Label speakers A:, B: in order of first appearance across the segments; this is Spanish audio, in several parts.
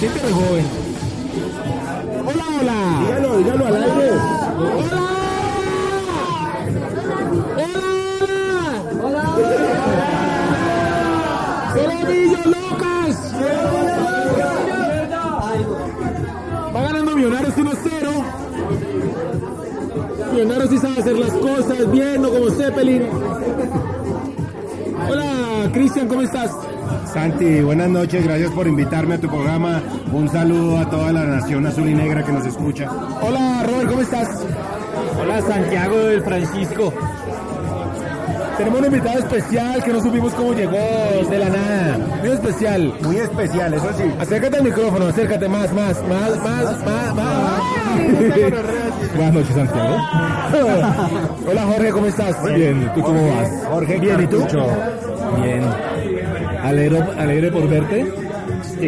A: Dígalo, joven. Hola, hola.
B: Dígalo, dígalo al aire.
A: ¡Hola! ¡Ceronillos locas! Va ganando Millonarios 1-0. Millonarios sí sabe hacer las cosas bien, no como Zeppelin. Hola, Cristian, ¿cómo estás?
B: Santi, buenas noches, gracias por invitarme a tu programa. Un saludo a toda la nación azul y negra que nos escucha.
A: Hola, Robert, ¿cómo estás?
C: Hola Santiago del Francisco.
A: Tenemos un invitado especial que no supimos cómo llegó, de la nada. Muy especial.
B: Muy especial, eso sí.
A: Acércate al micrófono, acércate más, más, más, más, más, más. Buenas noches, Santiago. Hola, Jorge, ¿cómo estás? Bien, ¿tú cómo vas?
B: Jorge
A: Bien, ¿y tú?
B: Cartucho.
A: Bien. Alegre, alegre por verte.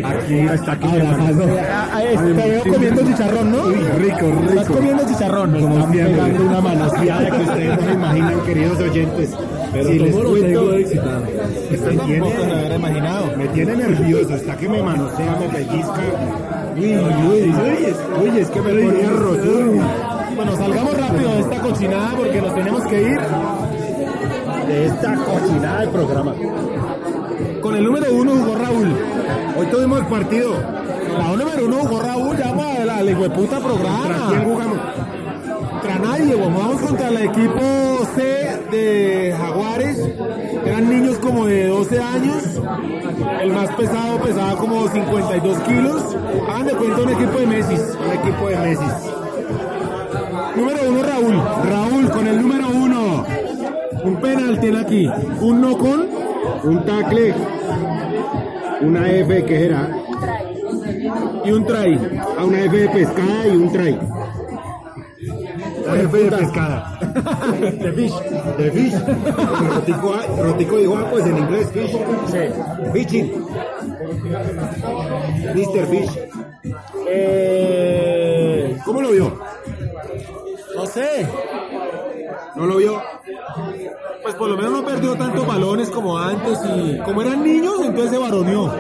A: Aquí, está aquí. Ah, te veo comiendo chicharrón, ¿no?
B: rico,
A: Estás
B: rico.
A: comiendo chicharrón. Me
B: Como
A: están
B: siempre.
A: pegando una manoseada
B: que
A: que
B: ustedes no se imaginan, queridos oyentes. Pero
A: Si les cuento-
B: me tiene, me tiene nervioso, está que me manosea, me pellizca. Uy, uy, uy, uy, es que me ponía rosudo.
A: Bueno, salgamos rápido de esta cochinada porque nos tenemos que ir
B: De esta cocinada de programa.
A: con el número uno jugó Raúl.
B: Hoy tuvimos partido.
A: La número uno jugó Raúl, ya pues, vamos a la la hijueputa
B: ¿Contra quién
A: programa.
B: jugamos?
A: Contra nadie, vamos, vamos contra el equipo C de Jaguares. Eran niños como de 12 años. El más pesado pesaba como 52 kilos. Hagan de cuenta un equipo de Messi.
B: Un equipo de Messi.
A: Número uno, Raúl. Raúl con el número uno. Un penalti él aquí. Un no con.
B: Un tackle. Una F que era.
A: y un try.
B: A una F de pescada y un try. La F de pescada.
A: De fish.
B: De fish. Rotico, Rotico dijo, ah, pues en inglés fish. Fishing. Mr. Fish.
A: Eh,
B: ¿Cómo lo vio?
A: no sé.
B: ¿No lo vio?
A: Pues por lo menos no perdió tantos balones como antes y como eran niños, entonces se varoneó.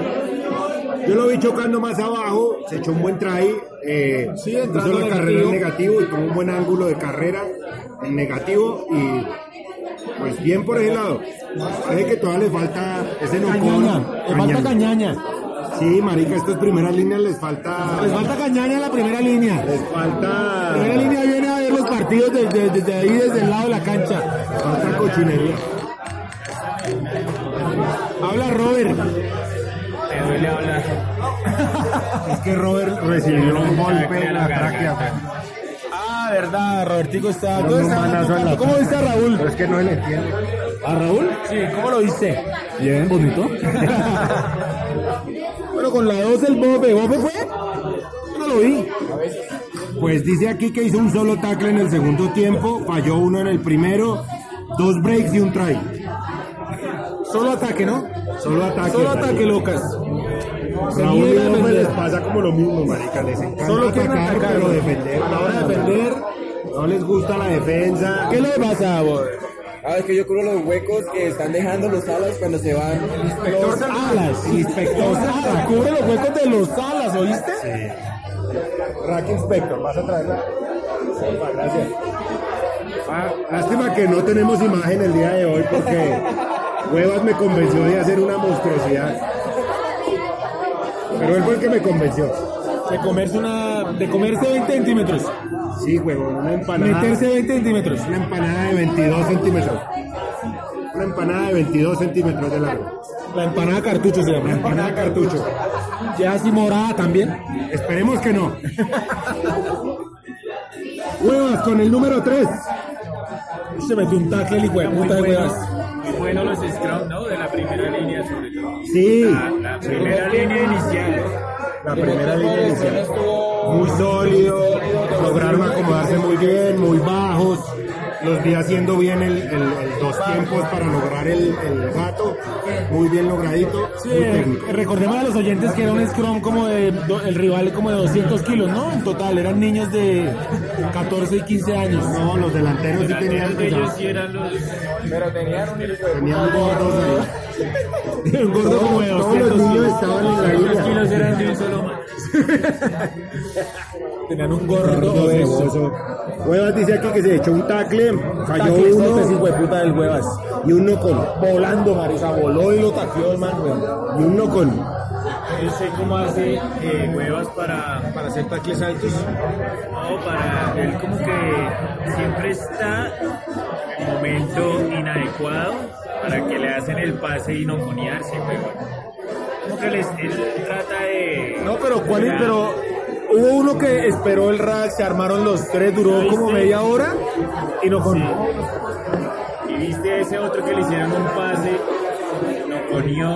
B: Yo lo vi chocando más abajo, se echó un buen try, eh,
A: Sí, entrando
B: hizo la
A: en
B: carrera
A: negativo.
B: en negativo y tuvo un buen ángulo de carrera en negativo y pues bien por ese lado. Parece que todavía le falta ese no
A: Cañaña, le falta cañaña.
B: Sí, marica, estas primeras líneas les falta...
A: Les falta cañaña en la primera línea.
B: Les falta...
A: La primera línea viene a ver los partidos desde, desde ahí, desde el lado de la cancha.
B: Falta cochinería.
A: Habla Robert.
C: Te duele hablar.
B: Es que Robert recibió un golpe en la tráquea.
A: Ah, verdad, Robertico está.
B: Pero
A: todo
B: un
A: está
B: manazo en la-
A: ¿Cómo viste a Raúl?
B: Pero es que no se le entiende.
A: ¿A Raúl? Sí, ¿cómo lo viste?
D: Bien, bonito.
A: Bueno, con la 2 el Bobe. ¿Bobe fue? Yo no lo vi.
B: Pues dice aquí que hizo un solo tackle en el segundo tiempo, falló uno en el primero, dos breaks y un try.
A: Solo ataque, ¿no?
B: Solo ataque.
A: Solo ataque, Lucas.
B: Raúl y
A: niega a
B: Gómez
A: defender.
B: les pasa como lo mismo, marica. Les encanta
A: Solo quieren
B: atacar,
A: atacar,
B: pero
A: ¿no?
B: defender.
A: A la hora de defender.
B: No les gusta la defensa.
A: ¿Qué le pasa, Bobe?
D: Ah, es que yo cubro los huecos que están dejando los alas cuando se van.
A: Los alas, inspector Sala, cubre los huecos de los alas, ¿oíste?
B: Rack Inspector, vas a traerla. gracias. Ah, lástima que no tenemos imagen el día de hoy porque Huevas me convenció de hacer una monstruosidad. Pero él fue el que me convenció.
A: De comerse una, de comerse 20 centímetros,
B: Sí, huevón, una empanada.
A: meterse 20 centímetros.
B: Una empanada de 22 centímetros. Una empanada de 22 centímetros de largo.
A: La empanada cartucho se
B: Una
A: llama.
B: empanada de cartucho.
A: Ya así morada también.
B: Esperemos que no. Huevas con el número 3.
A: Se metió un tackle y de puta de huevas.
C: Muy bueno los scrum, ¿no? De la primera línea, sobre todo.
B: Sí.
C: La, la primera línea inicial.
B: La primera línea inicial. Muy sólido, lograron acomodarse muy bien, muy bajos. Los vi haciendo bien el, el- el dos tiempos para lograr el, el gato. Muy bien logradito.
A: Sí,
B: Muy técnico.
A: eh, recordemos a los oyentes que era un scrum como de, do- el rival como de 200 kilos, ¿no? En total, eran niños de 14 y 15 años.
B: No, los delanteros sí tenían, o
C: Ellos
B: sea,
C: sí eran los.
B: tenían gordos ahí.
A: Un gordo como de
B: Todos los
A: 200
B: niños
A: kilos.
B: estaban en la
C: Los
B: línea.
C: kilos eran de un solo man.
E: Tenían un gordo de
B: Eso, eso. Huevas dice aquí que se echó un tacle, falló
A: Tacle,
B: uno
A: este es hijo de puta del Huevas.
B: y un no con.
A: Volando, marica, voló y lo taqueó el man, weón.
B: Y un no con.
E: No sé cómo hace eh, huevas para.
A: Para hacer tacles altos.
E: No, para. Él como que siempre está en momento inadecuado para que le hacen el pase y no monearse, Como que les, él trata de.
A: No, pero ¿cuál es? Pero hubo uno que esperó el rack, se armaron los tres, duró como media hora y no con.
E: Sí. Y viste ese otro que le hicieron un pase, lo cogió,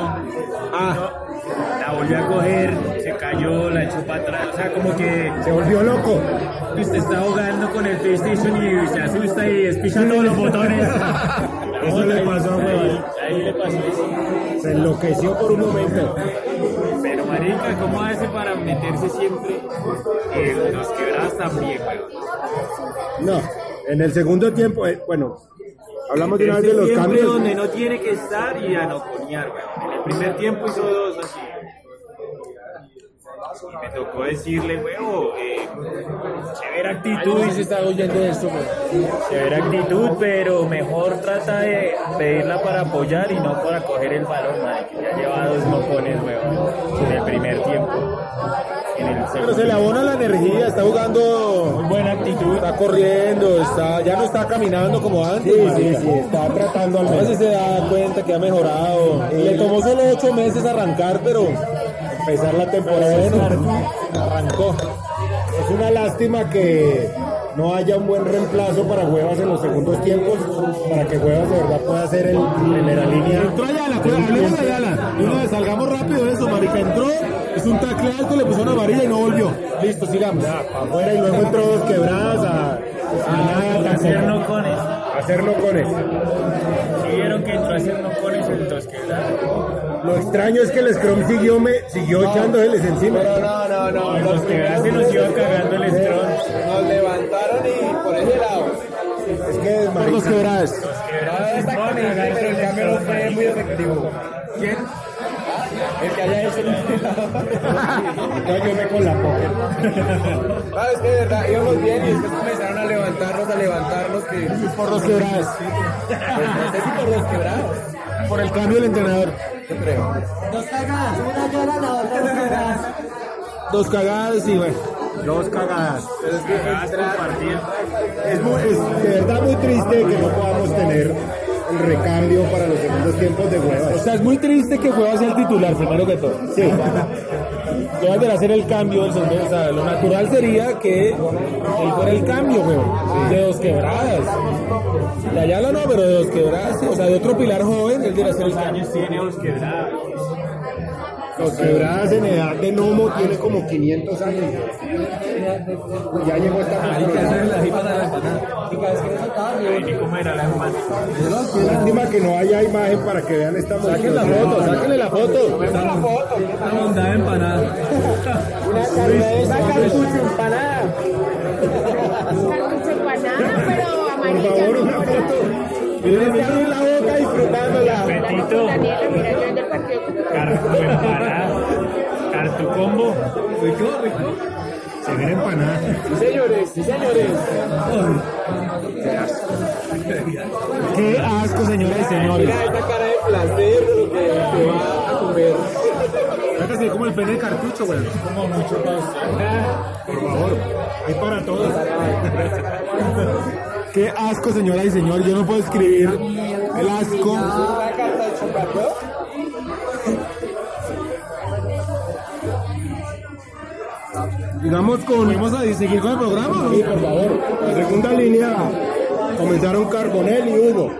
A: Ah.
E: no, la volvió a coger, se cayó, la echó para atrás. O sea, como que
B: Se volvió loco.
E: usted está ahogando con el PlayStation y se asusta y espicha todos los botones.
B: Eso le pasó a
E: ahí,
B: Huevas.
E: ahí le pasó eso.
B: Se enloqueció por un momento.
E: Pero marica, ¿cómo hace para meterse siempre en los quebrados también, weón?
B: No, en el segundo tiempo, eh, bueno, hablamos de una vez de los
E: Siempre
B: cambios.
E: donde no tiene que estar y a no coñar, weón. En el primer tiempo hizo dos así. Y me tocó decirle, huevo, eh, severa actitud,
A: se está oyendo esto, weón.
E: severa actitud, pero mejor trata de pedirla para apoyar y no para coger el balón, madre, que ya lleva dos mocones, weón, en el primer tiempo. En el
A: Pero se
E: segundo.
A: le abona la energía, está jugando,
E: Muy buena actitud.
A: está corriendo, está, ya no está caminando como antes.
B: Sí, sí,
A: marica.
B: sí, está tratando al
A: A
B: menos.
A: veces se da cuenta que ha mejorado. Le tomó solo ocho meses arrancar, pero
B: Empezar la temporada. bueno,
A: arrancó.
B: es una lástima que no haya un buen reemplazo para Huevas en los segundos tiempos, para que Huevas de verdad pueda ser el, el era línea.
F: Entró Ayala, pues, hablemos de Ayala. De Una vez salgamos rápido de eso, marica. Entró, hizo un tacle alto, le puso una varilla y no volvió.
B: Listo, sigamos. Ya, para afuera y luego entró dos quebradas a,
F: Ah,
B: a nada,
E: A hacer
B: tampoco.
E: nocones.
B: Hacerlo con él.
E: ¿Sí vieron que entró a hacer nocones el Tosquedad?
B: Lo extraño es que el Scrum siguió, me, siguió echándoles encima.
D: Pero no, no, no.
E: Los Tosquedad se nos iba cagando el strong.
D: Nos levantaron y por ese lado. Ah,
B: Es que,
A: Por dos
B: marica,
A: quebradas.
D: No exactamente, pero el cambio no fue muy efectivo. ¿Quién? El que haya hecho el
B: no, yo me con la poker.
D: No, Ah, es que de verdad, íbamos bien y después comenzaron a levantarnos, a levantarnos, que pues,
A: Por dos quebradas.
D: no sé si por los quebrados,
A: Por el cambio del entrenador.
D: yo creo.
A: Dos cagadas y bueno.
B: Dos cagadas.
E: Cagadas compartidas.
B: Es, muy- es de verdad muy triste que no podamos tener el recambio para los segundos tiempos de
A: O
B: huevas.
A: sea, es muy triste que juegas el titular, primero que todo.
B: Sí,
A: Debes de hacer el cambio, el segundo, o sea, lo natural sería que él fuera el cambio, weón, de dos quebradas. De Ayala no, pero de dos quebradas, sí. o sea, de otro pilar joven, él debería hacer el cambio.
E: años tiene Tosquedad?
B: los quebradas en edad de Nomo tiene como 500 años. Ya llegó esta conclusión.
E: ¿Y cómo era la hermana?
B: Lástima que no haya imagen para que vean esta
A: Saquen la
B: monstruosidad.
A: foto, sáquenle la foto.
E: Una bondad de empanada.
G: cartucho empanada, pero amarilla.
B: Por favor, una
G: no
B: foto. Tienen que abrir la boca disfrutándola.
E: Petito.
G: Daniela, mira, yo en el partido popular.
E: Cartu empanada. Cartu combo. Rico, rico.
B: Se ven empanadas.
D: Señores, sí, señores.
F: Qué asco, señoras y señores.
D: Mira esta cara de placer de lo que te va a comer.
B: Sácase como el pene de cartucho, güey. Como mucho Por favor, hay para todos.
F: Qué asco, señora y señor. Yo no puedo escribir el asco.
D: Una carta de chocolate.
B: Digamos con.
F: ¿Vamos a seguir con el programa o no?
B: Sí, por favor. La segunda línea comenzaron Carbonell y Hugo.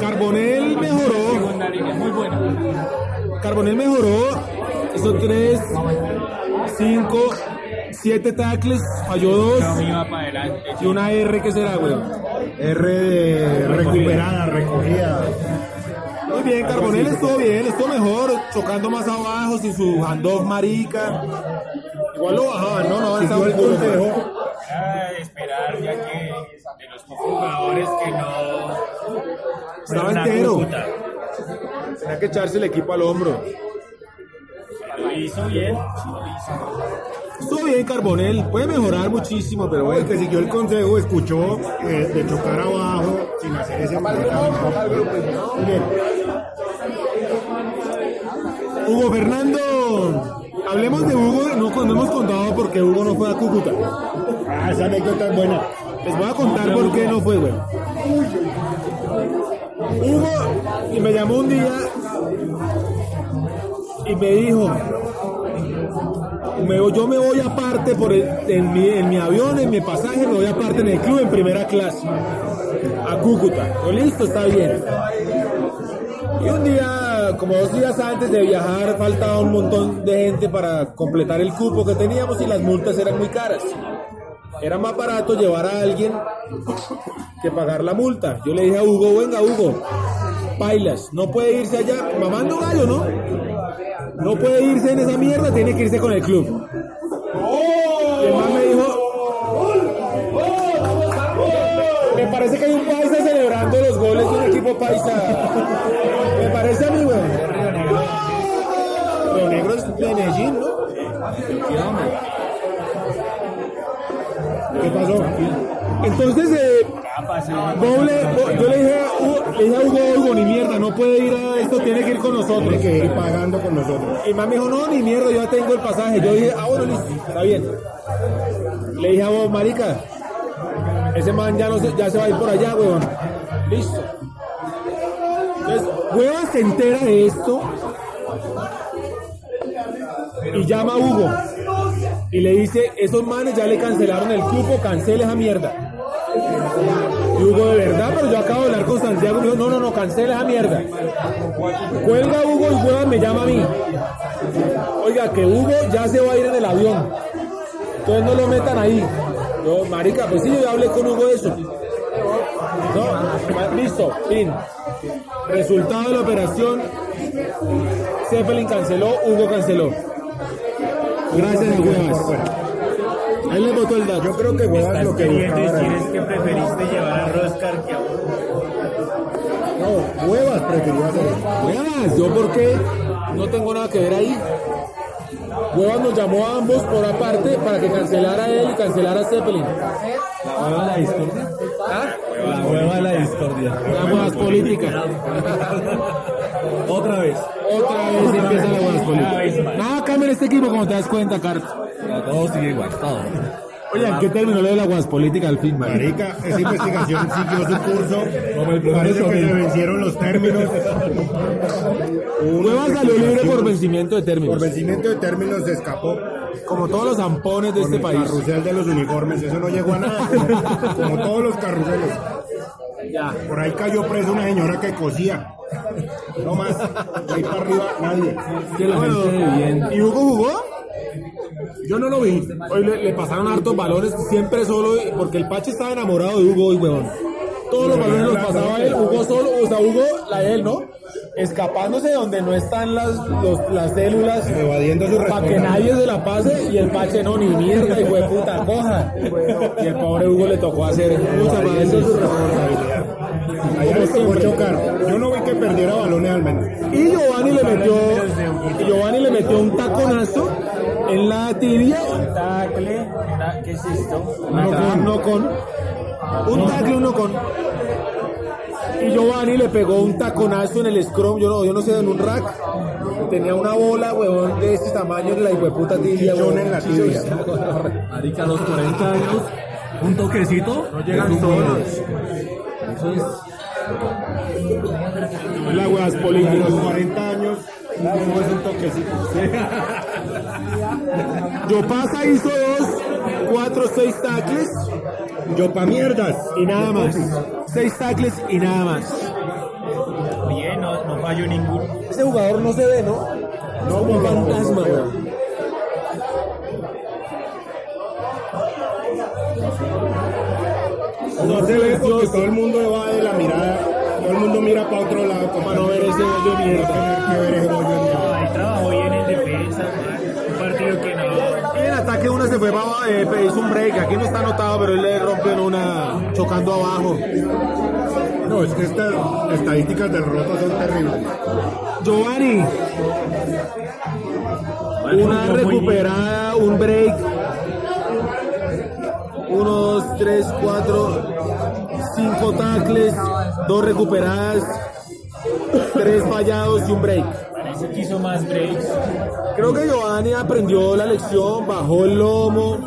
F: Carbonel mejoró. Carbonel mejoró. Hizo 3, 5, 7 tackles. Falló 2. Y una R que será, güey.
B: R de recuperada, recogida.
F: Muy bien, Carbonel estuvo bien, estuvo mejor. Chocando más abajo, sin su handoff marica. Igual lo bajaban, no, no
B: Siguió
F: avanzaba
B: el
F: un culo, güey.
B: consejo.
E: Ah, esperar ya que de los jugadores que no...
F: Estaba entero.
E: Puta.
A: Tenía que echarse el equipo al hombro.
E: Lo hizo bien. Lo hizo.
H: Estuvo bien Carbonel, puede mejorar muchísimo, pero
B: El
H: bueno.
B: que siguió el consejo escuchó eh, de chocar abajo sin hacer ese movimiento. Muy bien.
A: Hugo Fernando. Hablemos de Hugo, no, no hemos contado por qué Hugo no fue a Cúcuta.
B: Ah, esa anécdota es buena.
A: Les voy a contar por qué no fue, güey. Hugo y me llamó un día y me dijo, me, yo me voy aparte por el- en, mi, en mi avión, en mi pasaje, me voy aparte en el club en primera clase a Cúcuta. Yo, listo, está bien. Y un día, como dos días antes de viajar, faltaba un montón de gente para completar el cupo que teníamos y las multas eran muy caras. Era más barato llevar a alguien que pagar la multa. Yo le dije a Hugo, venga Hugo, bailas, no puede irse allá, mamando gallo, ¿no? No puede irse en esa mierda, tiene que irse con el club. Y el man me dijo, me parece que hay un paisa celebrando los goles de un equipo paisa. Me parece a mí, güey. Río Negro es Medellín, ¿no? ¿Qué pasó? Entonces, eh, doble, do- yo le dije, a Hugo, le dije a Hugo, Hugo, ni mierda, no puede ir a esto, tiene que ir con nosotros.
B: Tiene que ir pagando con nosotros.
A: Y mami dijo, no, ni mierda, yo ya tengo el pasaje. Yo dije, ah, bueno, listo, está bien. Le dije a vos, marica, ese man ya, no se, ya se va a ir por allá, weón. Listo. Entonces, weón se entera de esto y llama a Hugo y le dice, esos manes ya le cancelaron el cupo, cancela esa mierda. Y Hugo, de verdad, pero yo acabo de hablar con Santiago. Me dijo, no, no, no, cancela esa mierda. Cuelga Hugo y hueva me llama a mí. Oiga, que Hugo ya se va a ir en el avión. Entonces no lo metan ahí. Yo, marica, pues sí, yo ya hablé con Hugo de eso. No, ma- listo, fin. Resultado de la operación. Zeppelin canceló, Hugo canceló. Gracias, huevas. Ahí le botó el dato.
B: Yo creo que Huevas
E: Estás
B: lo que
E: queriendo
B: buscaba
E: decir
B: era-
E: es que preferiste llevar a Roscar que a Hugo.
B: No, Huevas prefirió hacer eso.
A: Huevas, yo porque no tengo nada que ver ahí. Huevas nos llamó a ambos por aparte para que cancelara él y cancelara a Zeppelin.
I: hueva la discordia.
A: ¿Ah?
I: La hueva de la discordia.
A: La huevas política.
I: Otra vez.
A: Otra vez empieza la huevas política. Nada cambia en este equipo como te das cuenta, Cart.
I: Todo sigue igual, todo.
A: Oye, ¿en qué terminó lo de la huevas política al fin, man?
B: Marica, esa investigación siguió su curso.
I: Como el profesor
B: Parece que
I: Mil.
B: se vencieron los términos.
A: Huevas salió libre por vencimiento de
B: Por
A: términos.
B: vencimiento de términos se escapó
A: Como todos los zampones de
B: con
A: este
B: el
A: país.
B: carrusel de los uniformes. Eso no llegó a nada, como, como todos los carruseles. Por ahí cayó presa una señora que cosía. No más. De ahí para arriba, nadie.
A: Que la gente de bien. ¿Y Hugo jugó? Yo no lo vi. Hoy le, le pasaron hartos balones, siempre solo, y- porque el Pache estaba enamorado de Hugo hoy, huevón. Todos los balones los pasaba él, Hugo solo, o sea, Hugo, la de él, ¿no? Escapándose de donde no están las, los- las células.
B: Evadiendo su
A: Para que
B: responsabilidad.
A: nadie se la pase y el Pache no, ni mierda, y fue puta coja. Y el pobre Hugo le tocó hacer muchas
B: Allá les tocó chocar. Yo no vi que perdiera balones al menos.
A: Y Giovanni le metió, y Giovanni le metió un taconazo en la tibia,
E: Tacle, ta- ¿qué es esto?
A: no con, no con, un tacle, uno con. Y Giovanni le pegó un taconazo en el scrum, yo no, yo no sé, en un rack. Tenía una bola, huevón, de este tamaño en la hijueputa tibia,
B: Chillón
A: huevón.
B: en la tibia.
I: Marica, a los 40 años, un toquecito. No llegan solos. Eso es.
B: La huevas política. A los 40 años, no es un toquecito.
A: Yo pasa hizo dos, cuatro, seis tacles
B: Yo pa' mierdas.
A: y nada más. Seis tacles y nada más.
E: Bien, no, no falló ninguno.
B: Este
A: Ese jugador no se ve, ¿no? No, un fantasma, huevón.
B: No se ve porque todo el mundo va de la mirada. Todo el mundo mira para otro lado. Como
A: Para no ver ese hoyo de mierda.
B: que ver ese bollo en la-
E: Ahí trabajó bien en defensa, man. un partido que no.
A: En ataque una se fue para eh, hizo un break, aquí no está anotado, pero él le rompió en una chocando abajo.
B: No, es que estas estadísticas del roto son terribles.
A: Giovanni. Una recuperada, un break. Unos tres, cuatro, cinco tacles, dos recuperadas, tres fallados y un break.
E: Parece que hizo más breaks.
A: Creo que Giovanni aprendió la lección, bajó el lomo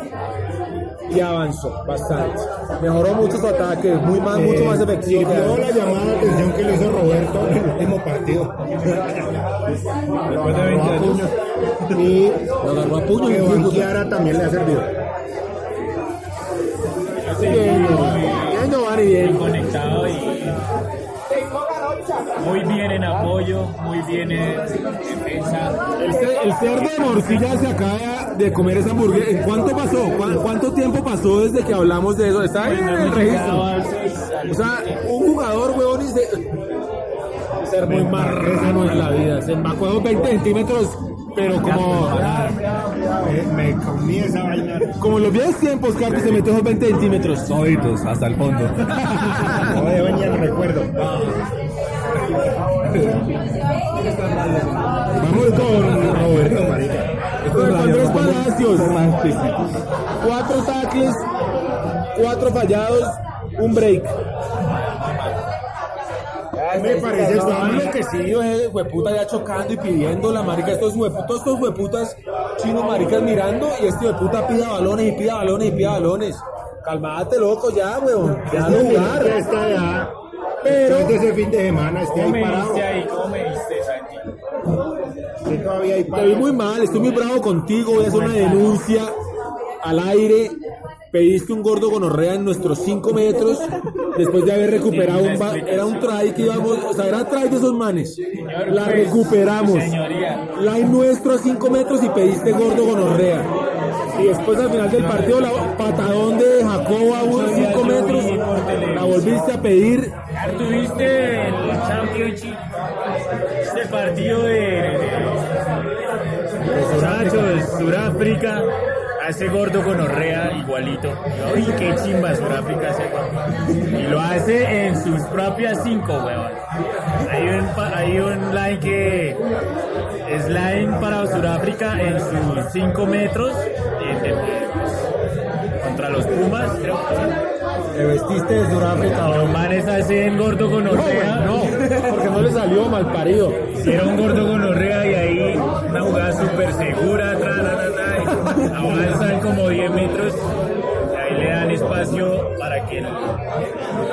A: y avanzó bastante. Mejoró muchos ataques, muy más, mucho más efectivo.
B: Y
A: que antes.
B: luego la llamada de atención que le hizo Roberto en el último partido. Después de 20 años. Y
A: Lo agarró a puño
B: que
A: y un puño.
B: banqueara también le ha servido.
A: Bien, Giovanni, bien.
E: conectado y muy bien en apoyo, muy bien en defensa.
A: El, cer- el cerdo de morcilla se acaba de comer esa hamburguesa. ¿En cuánto pasó? ¿Cuán- ¿Cuánto tiempo pasó desde que hablamos de eso? Está en el registro. O sea, un jugador, huevón, y se... Ser muy marrano en la vida. Se embacó 20 centímetros, pero como...
B: Me, me comí esa vaina.
A: Como los viejos tiempos, Carlos, se metió esos 20 centímetros.
D: Toditos, hasta el fondo.
B: No de ni el recuerdo. Vamos con Roberto Marica.
A: Roberto Andrés Palacios. Cuatro tackles, cuatro fallados, un break.
B: Me parece extraño que
A: Sí, eh, hueputa ya chocando y pidiendo la marica. Estos hueputas, todos estos hueputas chinos maricas mirando y este hueputa pida balones y pida balones y pida balones. Calmate, loco, ya, weón. Ya no
B: lugar
A: jugar.
B: esta edad. Pero ese fin de semana esté
E: ¿Cómo
B: ahí
E: me
B: parado.
E: diste ahí? ¿Cómo me diste, Santi?
B: Sí, todavía hay
A: Te vi
B: parado.
A: muy mal, estoy muy bravo contigo, voy a hacer una denuncia al aire. Pediste un gordo gonorrea en nuestros 5 metros después de haber recuperado un... ba- Era un try que íbamos... O sea, era try de esos manes. La recuperamos.
E: Señoría,
A: Line nuestro a 5 metros y pediste gordo gonorrea. Y después al final del partido, la patadón de Jacobo a 5 metros, la volviste a pedir.
E: tuviste el Championship, este partido de, de los Nacho de Sudáfrica. A ese gordo con Orrea igualito. Uy, qué chimba Sudáfrica ese gordo. Y lo hace en sus propias cinco, weón. Hay un, pa- hay un line que es line para Sudáfrica en sus cinco metros. en- en- contra los Pumas, creo que sí.
A: Te vestiste de Sudáfrica.
E: Los manes hacen gordo con orrea.
A: No, porque no le salió mal parido.
E: Hicieron gordo con orrea y ahí una jugada súper segura. tra, la, la, la, y avanzan como 10 metros. Y ahí le dan espacio para que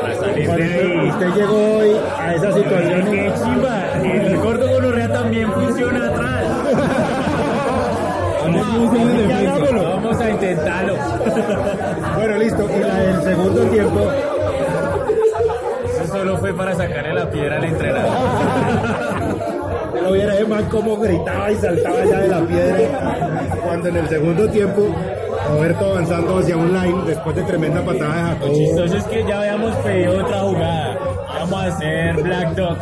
E: para salir de ahí.
A: Usted llegó hoy a esa situación.
E: Qué chimba. El gordo con orrea también funciona atrás. Vamos a intentarlo.
B: Bueno, listo. Y la del segundo tiempo.
E: Eso solo fue para sacarle la piedra al entrenador.
B: Ya lo viera de man cómo gritaba y saltaba allá de la piedra. Cuando en el segundo tiempo, Roberto avanzando hacia un line después de tremenda patada de
E: Lo
B: Jacobo.
E: chistoso es que ya habíamos pedido otra jugada. Vamos a hacer Black Dog.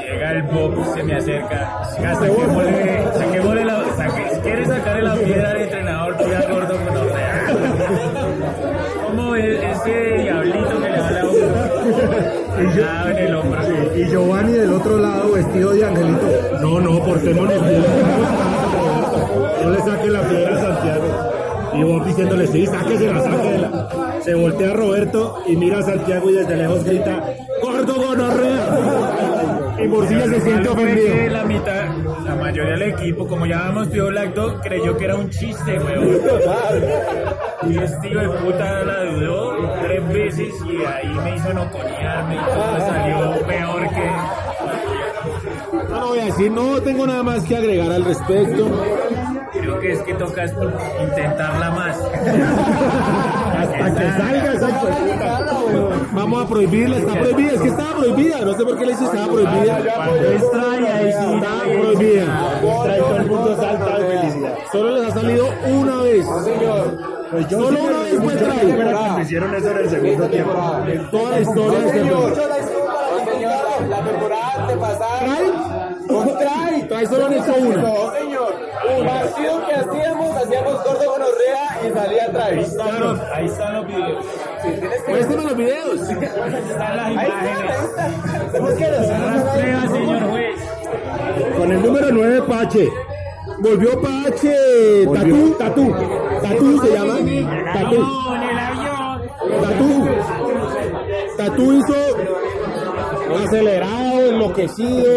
E: Llega el Bob, se me acerca. Venga, saquémosle, saquémosle la. saque- si quiere sacarle la piedra al entrenador, tira gordo con ¿Cómo es ese diablito que le da la boca? Ah, en el hombro.
B: Y Giovanni del otro lado vestido de angelito. No, no, portémonos bien. No le saque la piedra a Santiago. Y vos diciéndole, sí, sáquesela, sáquesela. Se voltea Roberto y mira a Santiago y desde lejos grita, ¡Gordo gonorrea! Y Morcilla se siente
E: Malo fue que
B: ofendido.
E: La mitad, la mayoría del equipo, como ya habíamos pedido Black Dog, creyó que era un chiste, weón. Y este hijo de puta la dudó tres veces y ahí me hizo no coñarme. y todo salió peor que.
A: No, no voy a decir, no tengo nada más que agregar al respecto.
E: Creo que es que tocas intentarla más.
B: Hasta que salga esa
A: Vamos a prohibirla, está prohibida, es que estaba prohibida, no sé por qué le hice estaba
B: Ah,
A: prohibida.
B: pues,
A: Extraña y sí, estaba prohibida.
B: Trae todo el mundo salta de felicidad.
A: Solo les ha salido una vez.
B: Pues yo
A: Solo
B: sí me
A: una vez fue
B: mucho
A: traído.
B: pena cuando hicieron eso en el segundo tiempo.
A: En toda la historia de este
D: Señor, la temporada antepasada
A: Trae, trae, trae solo han hecho una.
D: No, señor. Un partido que hacíamos, hacíamos gordo con orrea y salía atrás.
E: Ahí están los videos.
A: Sí, Muéstrame los videos.
E: Están las imágenes. Las
D: Búsquenos.
E: pruebas, señor juez.
B: Con el número 9, Pache.
A: Volvió Pache, Tatú, Tatú, Tatú se llama, Tatú,
E: ¡Vamos, en el avión!
A: Tatú, Tatú hizo acelerado, enloquecido,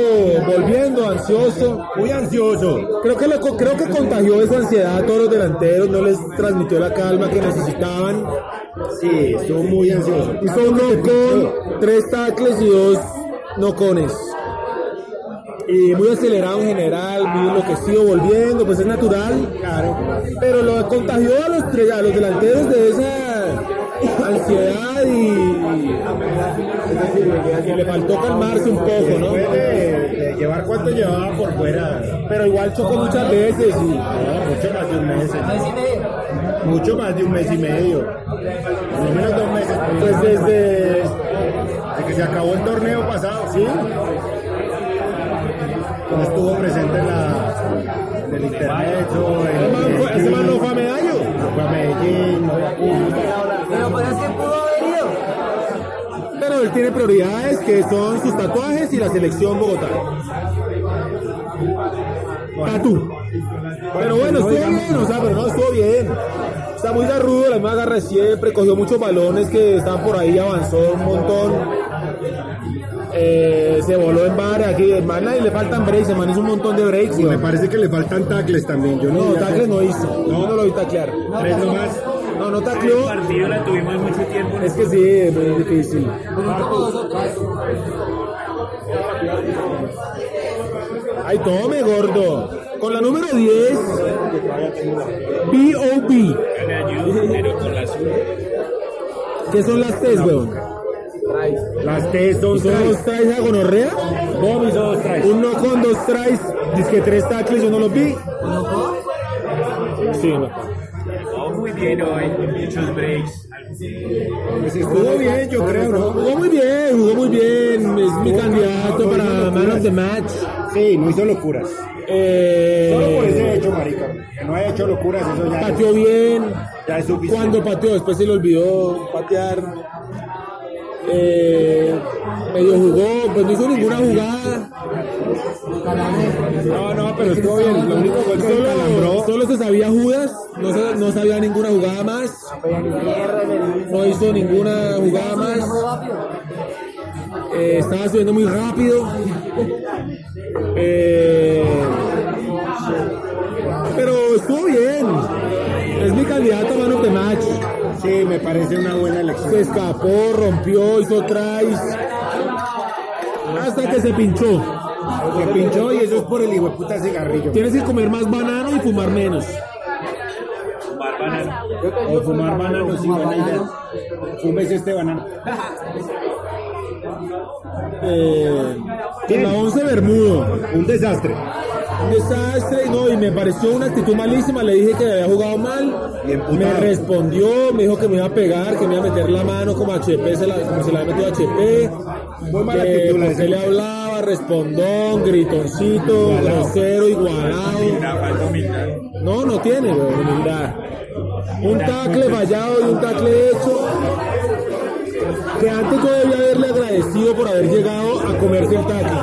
A: volviendo, ansioso,
B: Muy ansioso.
A: creo que, lo- creo que contagió esa ansiedad a todos los delanteros, no les transmitió la calma que necesitaban,
B: Sí, estuvo muy ansioso.
A: hizo un no-con, tres tacles y dos no-cones. Y muy acelerado en general, muy enloquecido, volviendo, pues es natural. Pero lo contagió a los, tre- a los delanteros de esa ansiedad y, y le faltó calmarse un poco, ¿no?
B: Después de, de eh, llevar cuánto llevaba por fuera.
A: Pero igual chocó muchas veces y
B: No, mucho más de un mes. Mucho más de un mes y medio. Por lo menos dos meses.
A: pues desde
B: Desde que se acabó el torneo pasado, ¿sí? No estuvo presente en, la, en el intermedio, en
A: ese man fue- ese man no fue a medallo.
B: fue a Medellín, no fue a Cúcuta.
J: Pero pues es que pudo haber ido.
A: Pero él tiene prioridades que son sus tatuajes y la selección Bogotá. Tatu. Pero bueno, estuvo bien, o sea, pero no estuvo bien. Está muy garrudo, la más agarra siempre, cogió muchos balones que estaban por ahí, avanzó un montón. Eh, se voló en varias aquí, en man, y le faltan breaks, se man hizo un montón de breaks.
B: Y me
A: weón.
B: parece que le faltan tacles también. Yo no,
A: No,
B: diría
A: tackles
B: que-
A: no hizo, no, no lo vi taclear.
B: Tres nomás.
A: No, no
E: El
A: tacleó,
E: partido la tuvimos mucho tiempo.
A: es que sí, es muy difícil. Ay, tome, gordo. Con la número 10, B.O.B.
E: Le ayudo, pero con la suya.
A: ¿Qué son las tres, weón?
B: Las T's son
A: ¿Son
B: tres.
A: los tries a gonorrea? Un no con dos tries. Dice que tres tackles, yo no los vi. Sí, no.
E: Vamos muy bien hoy, muchos breaks.
B: Pues estuvo bien, yo creo, ¿no?
A: Jugó muy bien, jugó muy bien. Es mi candidato para Man of the Match.
B: Sí, no hizo locuras. Solo por
A: Eh,
B: ese hecho, marica. Que no haya hecho locuras, eso ya, es-
A: pateó bien.
B: ya es suficiente.
A: Cuando pateó, después se le olvidó patear. Eh, medio jugó, pues no hizo ninguna jugada. No, no, pero estuvo bien. Lo único fue que solo, solo se sabía Judas, no, se- no sabía ninguna jugada más. No hizo ninguna jugada más. Eh, estaba subiendo muy rápido. Eh, pero estuvo bien. Es mi candidato a mano de match
B: Sí, me parece una buena elección.
A: se escapó, rompió, hizo tries. Hasta que se pinchó.
B: Se pinchó y eso es por el hijo de puta cigarrillo.
A: Tienes que comer más banano y fumar menos.
B: O fumar banano, sí, buena idea. Fumes este banano.
A: Eh, con la once Bermudo.
B: Un desastre.
A: Un desastre, no, y me pareció una actitud malísima. Le dije que había jugado mal.
B: Y emputado.
A: Me respondió, me dijo que me iba a pegar, que me iba a meter la mano como HP, se la, como se la había metido HP.
B: Muy mala
A: que
B: actitud la
A: porque
B: de ese
A: le
B: muchacho.
A: hablaba, respondón, gritoncito, grosero, igualado. No, no tiene, weón, humildad. Un tackle fallado y un tackle hecho. Que antes yo debía haberle agradecido por haber llegado a comerse el tackle.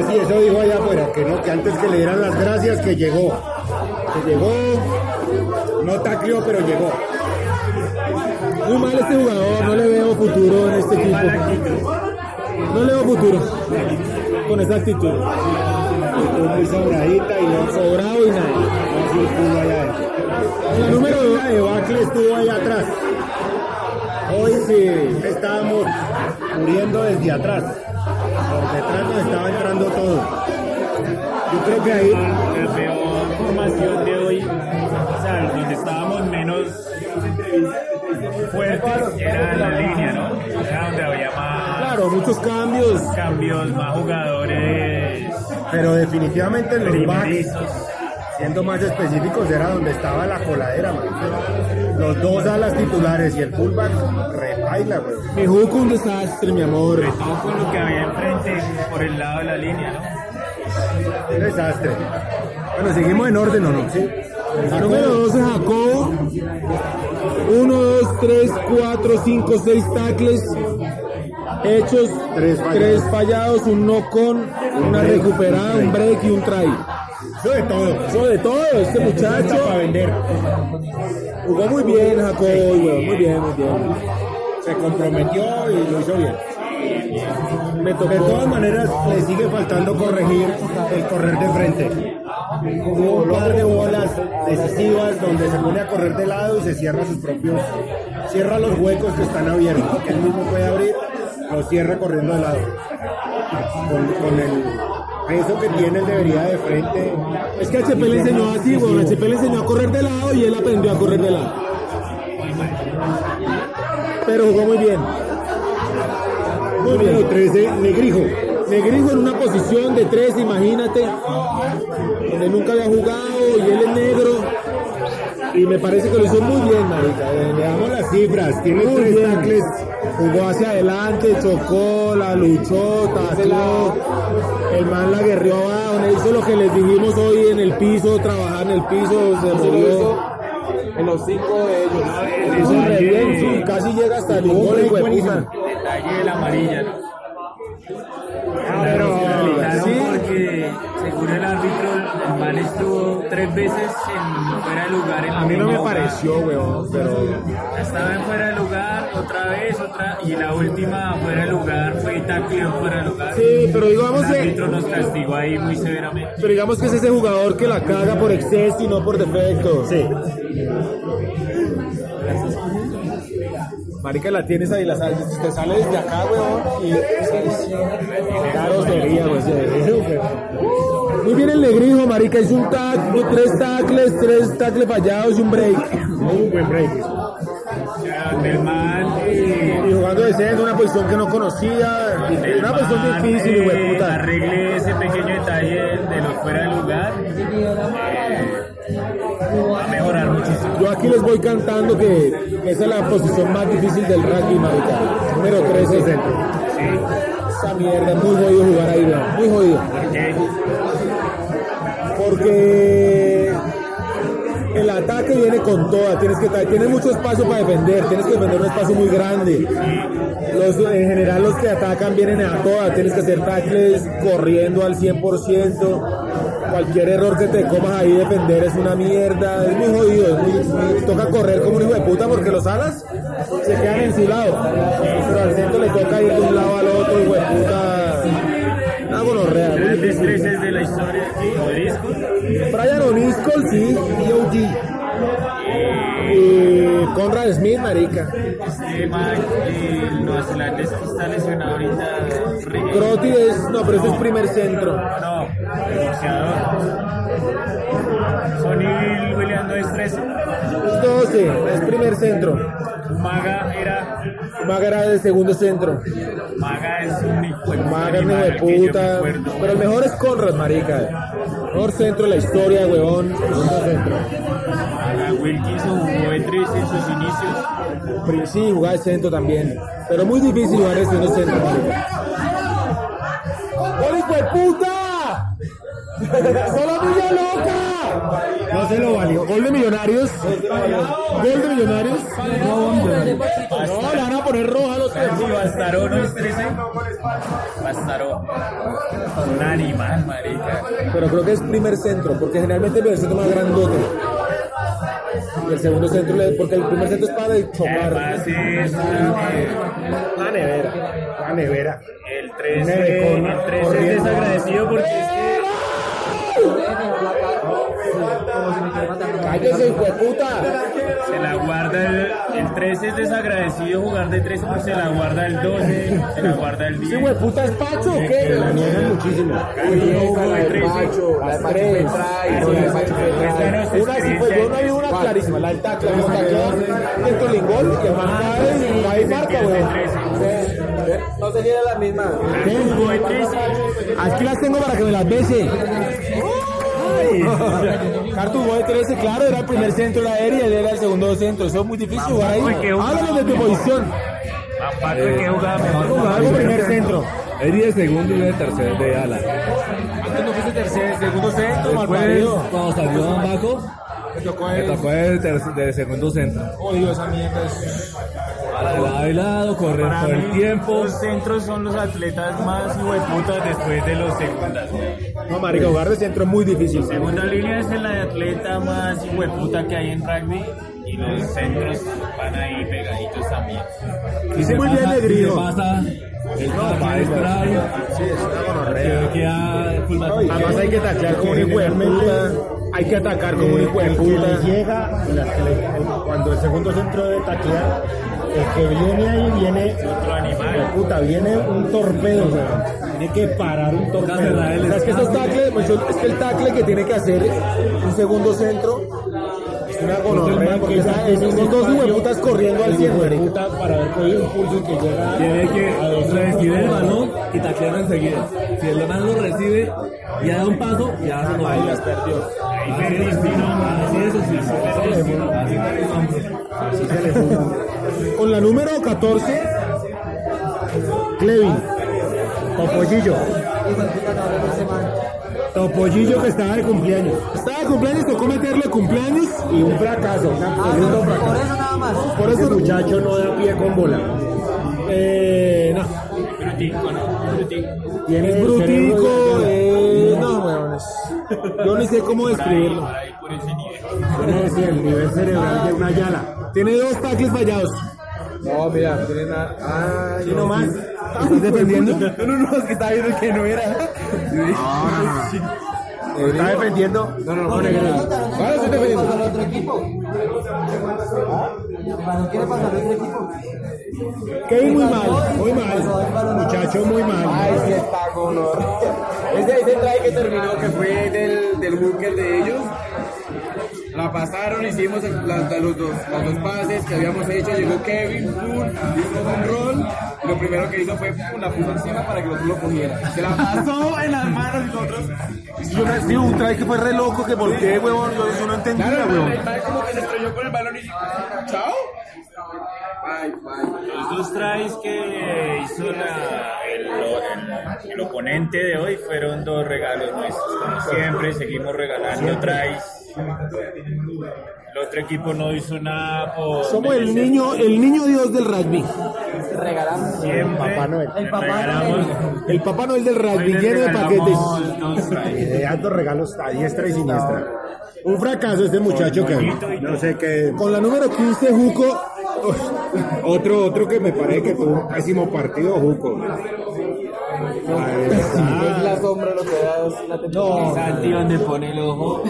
B: Así, eso dijo allá afuera, que no, que antes que le dieran las gracias, que llegó. Que llegó, no tacleó, pero llegó.
A: Muy mal este jugador, no le veo futuro en este equipo. No le veo futuro con esa actitud.
B: Estuvo muy sobradita y no
A: Sobrado y nada.
B: no hizo el culo allá adentro.
A: La número
B: La debacle estuvo allá atrás. Hoy sí estábamos muriendo desde atrás. Por detrás nos estaba entrando todo. Yo creo que ahí
E: La peor formación Pues de hoy, o sea, donde estábamos menos fuertes era la línea, ¿no? Era donde había más
A: Claro, muchos cambios.
E: cambios, más jugadores
B: Pero definitivamente en los backs,
E: primerizos.
B: siendo más específicos, era donde estaba la coladera, man. Los dos alas titulares y el fullback rebaila, güey.
A: Me jugó un desastre, mi amor.
E: Sobre todo con lo que había enfrente por el lado de la línea, ¿no?
B: Un desastre. Bueno, seguimos en orden o no, sí.
A: La número 12, Jacobo. 1, 2, 3, 4, 5, 6 tackles hechos,
B: Tres fallados.
A: tres fallados, un no con, una
B: break,
A: recuperada,
B: un
A: un break y un try.
B: Eso de todo.
A: Eso de todo, este muchacho
B: Para vender.
A: jugó muy bien, Jacobo, weón, muy bien, muy bien.
B: Se comprometió y lo hizo bien.
A: Me
B: De
A: tocó
B: todas maneras, le sigue faltando corregir el correr de frente. Hubo un par de bolas decisivas donde se pone a correr de lado y se cierra sus propios. Cierra los huecos que están abiertos, que él mismo puede abrir, los cierra corriendo de lado. Con, con el peso que tiene, él debería de frente.
A: Es que HP le enseñó así, weón. HP le enseñó a correr de lado y él aprendió a correr de lado. Pero jugó muy bien. Muy
B: Número
A: bien.
B: 13, Negrijo.
A: Negrijo en una posición de tres, imagínate. Donde nunca había jugado y él es negro. Y me parece que lo hizo muy bien, marica. Eh, le damos
B: Veamos las cifras. Tiene
A: Muy
B: tres
A: bien.
B: tackles.
A: Jugó hacia adelante, chocó, la luchó, tacló. El man la guerrió abajo, le hizo lo que les dijimos hoy en el piso, trabajar en el piso, se movió.
D: En los cinco de ellos.
A: Hizo un
E: detalle-
A: revienzo y casi llega hasta el gol, hijo de puta.
E: detalle de la amarilla, ¿no?
A: Ah, pero-
E: Penalizaron
A: sí.
E: porque según el árbitro el man estuvo tres veces en fuera de lugar en la
A: A mí no me
E: misma jugada.
A: pareció, weón, pero
E: Estaba en fuera de lugar, otra vez, otra, y la última fuera de lugar fue tacleo fuera de lugar.
A: Sí, pero digamos
E: El
A: que-
E: árbitro nos castigó ahí muy severamente.
A: Pero digamos que es ese jugador que la caga por exceso y no por defecto. Sí. Marica, la tienes ahí, la sales. Si te sale desde acá, weón. Y. Carosería, weón. sí, eso, weón. Muy bien el negrijo, marica. Hizo un tackle, tres tackles, tres tackles fallados y un break.
B: Un buen break.
E: Ya, del man, eh,
A: Y jugando de centro, una posición que no conocía.
E: del
A: Una posición
E: man,
A: pues, difícil,
E: eh,
A: y weón, puta.
E: Arregle ese pequeño detalle de los fuera de lugar. eh, va a mejorar muchísimo.
A: Yo aquí les voy cantando que esa es la posición más difícil del rugby, marica. Número 13 centro.
E: Sí,
A: Esa mierda, es muy jodido jugar ahí, weón. Muy jodido.
E: porque
A: Porque el ataque viene con toda. Tienes que tra- tienes mucho espacio para defender. Tienes que defender un espacio muy grande. Los, en general, los que atacan vienen a toda. Tienes que hacer tackles corriendo al 100%. Cualquier error que te comas ahí, defender es una mierda. Es muy jodido. es muy- muy- toca correr como un hijo de puta porque los alas se quedan en su lado. Pero al centro le toca ir de un lado al otro, hijo de puta. Una gonorrea, muy
E: las
A: difícil.
E: destrezas de la historia de Rodrisco.
A: Brian O'Neill, sí, DOG. Y Eh, Conrad Smith, marica.
E: Este man, eh, el neozelandés que está lesionado ahorita. Ricky.
A: Croti es, no, pero eso es primer centro.
E: No, el boxeador. Sonny William no es 13.
A: Es 12, es primer centro.
E: Maga era.
A: Maga era de segundo centro.
E: Maga es un hijo de puta
A: Maga, hijo
E: animal
A: de
E: que yo me
A: puta.
E: acuerdo.
A: Pero el mejor es Conrad, marica. Mejor centro de la historia, huevón. Segundo centro.
E: Maga Wilkinson jugó de 13 en sus inicios.
A: Pri- Sí, jugaba de centro también. Pero muy difícil jugar de segundo centro, marica. ¡Gol, hijo de puta! ¡Solo Villa Loca!
B: No se lo valió. Gol de Millonarios. Gol de Millonarios.
A: No, le van a poner roja a los tres.
E: Sí, Bastaró no es 13. Bastaró. Un animal, marica.
A: Pero creo que es primer centro, porque generalmente el primer centro es más grandote. Y el segundo centro, le- porque el primer centro es para de chocar.
E: Además es eh,
A: La nevera.
B: La nevera.
E: el 13. El 13 es desagradecido porque es que.
A: ¡Cállese, hijo de puta!
E: Se la guarda el, el 13 es desagradecido jugar de 13 porque se la guarda el 12, se la guarda el
A: ¿Hijo de
E: 10.
A: puta es Pacho o qué?
B: Niegan muchísimo.
E: Uno de 13.
D: Pacho, la de Pacho
A: tres.
D: Petray, no, la de Pacho
E: Esta
D: Petray.
E: no es
A: Una sí fue, yo no
E: experiencia.
A: vi una clarísima, la del tacla, la tacla, el tolingol, que marca, cae y marca,
E: El
A: weón.
E: 13.
D: No sé si era la misma.
E: Jugó de 13.
A: Aquí las tengo para que me las bese. Cartu jugó de 13, claro, era el primer centro, era él y él era el segundo centro. Eso es muy difícil jugar ahí.
E: porque un-
A: Háblanos de tu posición.
E: Papá, ¿tú qué jugaba mejor?
A: Eh, Jugaba como primer centro.
K: Eddie de segundo y de tercero de ala.
A: Antes no fuiste tercer, segundo centro, mal
K: Después,
A: parido.
K: cuando salió Don Baco,
A: Me tocó el.
L: Etapa del, terc- del segundo centro.
A: Odio esa mierda. es-
L: Bailado, correr por el tiempo.
E: Los centros son los atletas más hueputas después de los segundas.
A: No, marica, jugar de centro es muy difícil.
E: Segunda línea es la de atleta más hueputa que hay en rugby y los centros van ahí pegaditos también.
A: Hice muy bien el
L: ¿Qué
A: grillo.
L: pasa? El papá es bravo. Que queda full back.
A: Además hay que taclear como un hijo de puta. Hay que atacar como un hijo de puta.
B: llega, las que le- el- cuando el segundo centro debe taclear, el que viene ahí viene. Puta, viene un torpedo, weón. Tiene que parar un torpedo.
A: O sea, es que esos tackles, pues, yo- es que el tackle que tiene que hacer un segundo centro es una gonorrea porque esa- esos son dos hueputas corriendo al cien, marica.
B: para haber cogido un pulso y que llega.
L: Tiene que recibir el balón y taclearlo enseguida. Si el demás lo recibe, ya da un paso, ya se lo baila. Así es, así es, así es, así es. Así es.
A: Con la número 14,
B: Clevin. Topollillo. Topollillo que estaba de cumpleaños.
A: estaba de cumpleaños, tocó meterle cumpleaños.
B: Y un fracaso, un absoluto
M: Por
B: fracaso.
M: eso nada más.
B: Por eso el muchacho no da pie con bola.
A: Eh, no.
B: Tiene
A: Es
B: el
A: brutico,
B: cerebro de-
A: eh, no, weones. Yo ni sé cómo describirlo.
B: Tiene ese- el nivel cerebral de una yala.
A: Tiene dos tackles fallados.
D: No, mira, tienen a. Ah,
B: Y no más.
A: ¿Estás defendiendo?
D: No, no, es que estaba viendo que no era.
B: Está defendiendo.
D: No, no, no, no. Ahora estoy
M: ¿Quiere
D: defendiendo.
M: pasar a otro equipo?
A: ¿Ah?
M: Cuando quiere pasar a otro equipo.
A: Que muy mal, muy mal.
B: Muchacho muy mal.
D: Ay, sí está con honor. Ese, ese traje que terminó, que fue del, del búnker de ellos, la pasaron, hicimos el- la- la- los, dos, los dos pases que habíamos hecho, llegó Kevin, pum, hicimos un rol, y lo primero que hizo fue pum, la puso encima para que los lo cogiera. Se la pasó en las manos y nosotros...
A: Yo me sí, un traje que fue re loco, que por qué, huevón, yo yo no entendía,
D: Claro,
A: huevón.
D: el man como que se estrelló con el balón y... ¡Chao! Ay, ay.
E: Los dos tries que hizo la- el, el- el oponente de hoy fueron dos regalos nuestros. Como siempre, seguimos regalando tries. El otro equipo no hizo nada por.
A: Somos el niño, el niño Dios del rugby.
M: Regalamos.
E: Siempre
B: Papá Noel.
M: El papá
E: regalamos-
A: El Papá Noel del
E: hoy
A: rugby,
E: les
A: lleno de paquetes.
E: regalamos dos tries.
B: De altos regalos a diestra y siniestra. Un fracaso este muchacho que no sé qué.
A: Con la número 15, Juco.
B: Otro, otro que me parece que tuvo un pésimo partido, Juco.
D: Es la sombra lo que da la No,
E: Santi, donde pone el ojo.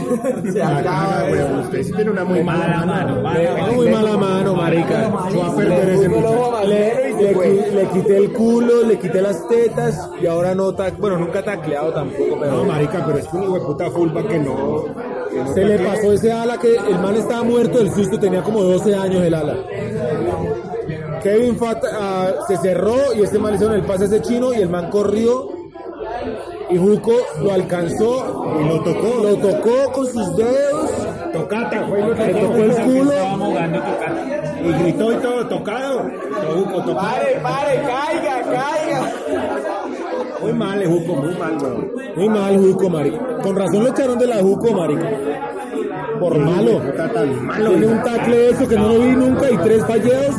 D: se acaba, güey.
B: Usted sí tiene una muy mala mano.
A: Tengo muy mala mano, marica.
B: Yo a perder ese muchacho.
A: Le, le qui- le quité el culo, le quité las tetas y ahora no tac, bueno, nunca tacleado tampoco,
B: No,
A: pero
B: marica, pero es que un hijo de puta fullback que no. que no
A: se le
B: taquea.
A: pasó ese ala que el man estaba muerto del susto, tenía como 12 años el ala. Kevin Fat- ah, se cerró y ese man le hicieron el pase a ese chino y el man corrió y Juco lo alcanzó y lo tocó, lo tocó con sus dedos,
B: Tocata, güey, lo
A: le
B: tocó
A: tocó el culo.
B: y gritó y todo, tocado. Juco, tocado.
D: Pare, pare, caiga, caiga.
B: Muy mal, Juco, muy mal, güey.
A: Muy mal Juco, marica. Con razón lo echaron de la Juco, marica. Por malo.
B: Está tan malo.
A: Tiene un tackle eso que no lo vi nunca y tres falleos.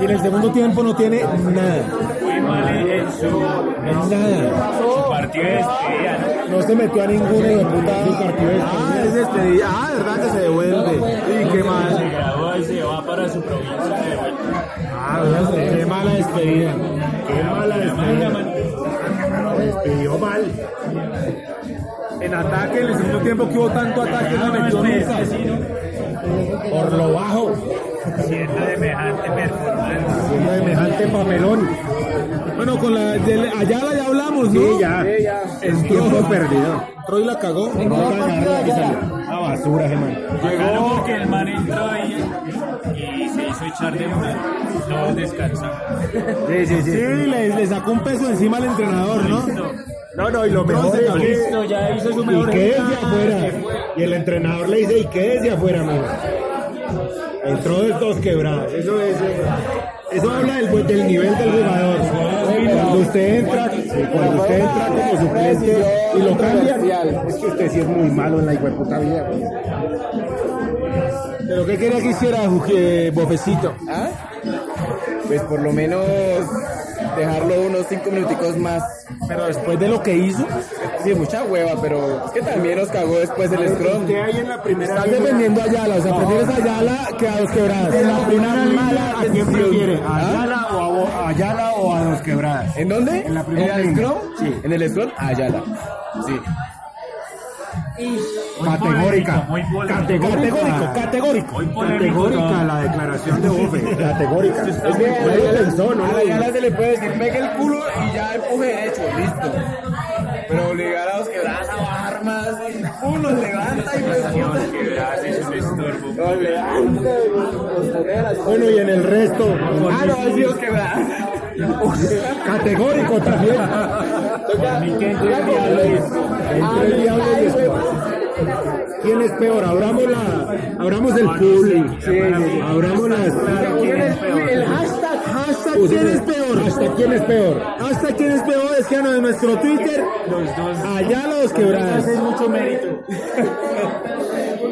A: Y en el segundo tiempo no tiene nada.
E: Muy mal en- en su, en
A: Nada.
E: su partido de despedida, ¿no?
A: No se metió a ninguna hijo de puta.
B: Ah, es este. Ah, verdad que se devuelve. Y qué mal.
E: Se graduó y se va para su provincia de vuelta.
A: Ah, Qué mala despedida.
B: Qué mala Despidió mal.
A: En ataque, en el segundo tiempo que hubo tanto ataque, no metió
E: este
A: nunca. Por lo bajo.
E: Siendo semejante performance.
B: Siendo semejante papelón.
A: Bueno, con la de Ayala ya hablamos, ¿no?
B: Sí, ya. Es tiempo perdido.
A: Troy la cagó.
B: No ganarla que salió. Ah, basura, Germán.
E: Llegó porque el man entró ahí y se hizo echar de una. Todos descansamos.
B: Sí, sí,
A: Sí, le, le sacó un peso encima al entrenador, ¿no?
B: No, no, y lo mejor
A: Entonces,
B: es que...
E: Listo, ya hizo su
B: ¿Y
E: mejor.
B: qué es de afuera? Y el entrenador le dice, ¿y qué es de afuera, amigo? Entró de dos quebradas. Eso es... eh, Eso habla del, buen- del nivel del jugador. Cuando usted entra, cuando usted entra como suplente y lo cambia, es que usted sí es muy malo en la hijueputa vida. güey.
A: ¿Pero qué quería que hiciera
B: eh,
A: Juque Bofecito?
D: ¿Ah? Pues por lo menos dejarlo unos cinco minuticos más.
A: Pero después de lo que hizo,
D: Sí, mucha hueva, pero es que también nos cagó después el scrum.
B: ¿Qué hay en la primera
A: estás
B: línea?
A: defendiendo a Ayala, o sea, prefieres a Ayala que a los quebradas.
B: En la primera línea, ¿a quién
A: decisión.
B: prefiere? ¿A Ayala o a, Bo- a Ayala o a Dos Quebradas?
D: ¿En dónde?
B: En la primera
D: ¿En el
B: línea.
D: scrum?
B: Sí.
D: En el scrum, Ayala. Sí.
B: Categórica.
E: Muy polémico, muy polémico.
A: Categórico, categórico.
E: Muy polémico.
B: Categórica la declaración de Bofe. Categórica.
D: Es que a
B: Nadie
D: Ayala-
B: pensó, ¿no?
D: a Ayala se le puede decir, pega el culo y ya empuje derecho, listo. Pero obligar a los quebradas a bajar más, el culo levanta y pues, puta,
E: Los quebradas es un estorbo.
D: no, levanta.
B: Bueno, y en el resto,
D: Ah, no, sí, los quebradas.
B: categórico también. Entre el diablo y el diablo. ¿Quién es peor? Abramos, la, abramos el pool. Abramos las.
A: El hashtag, hashtag, ¿quién es peor?
B: ¿Hasta quién es peor?
A: Hashtag, ¿quién es peor? Es que en nuestro Twitter, Ayala o los quebradas. Es mucho mérito.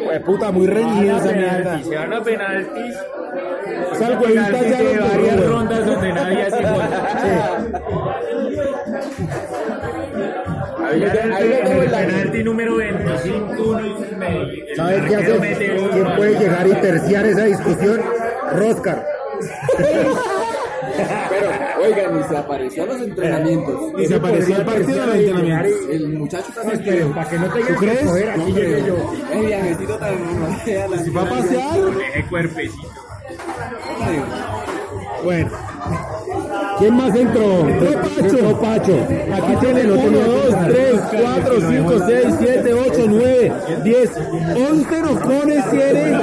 A: Pues puta, muy
B: Ah,
A: reñida esa mierda.
E: Se van a penaltis.
A: O sea, el huevita ya
E: de
A: lo
E: varias
A: corrió.
E: rondas donde nadie hace gol.
D: Ahí
E: Ya en
D: ahí le
E: el- en
D: tengo
E: el
D: el like.
E: penalti número 25, uno y un medio. El
B: ¿Sabes qué
E: arquero
B: hace?
E: mete uno.
B: ¿Quién puede llegar y terciar esa discusión? Roscar.
D: Pero, oigan, y se apareció a los entrenamientos.
A: Y se apareció el partido del entrenamiento.
D: El muchacho está
B: Pero para que no tenga que
A: crees?
B: coger, aquí llegué yo.
D: El viajecito tan.
B: Pues
A: ¿Va a pasear?
E: Deje cuerpecito.
B: Bueno. ¿Quién más entró? Fue Pacho. Pacho. Aquí tienen
A: 1, 2,
B: uno, dos, tres.
A: 3, 4, 5, 6, 7, 8, 9, 10, 11 nos pone Ciere.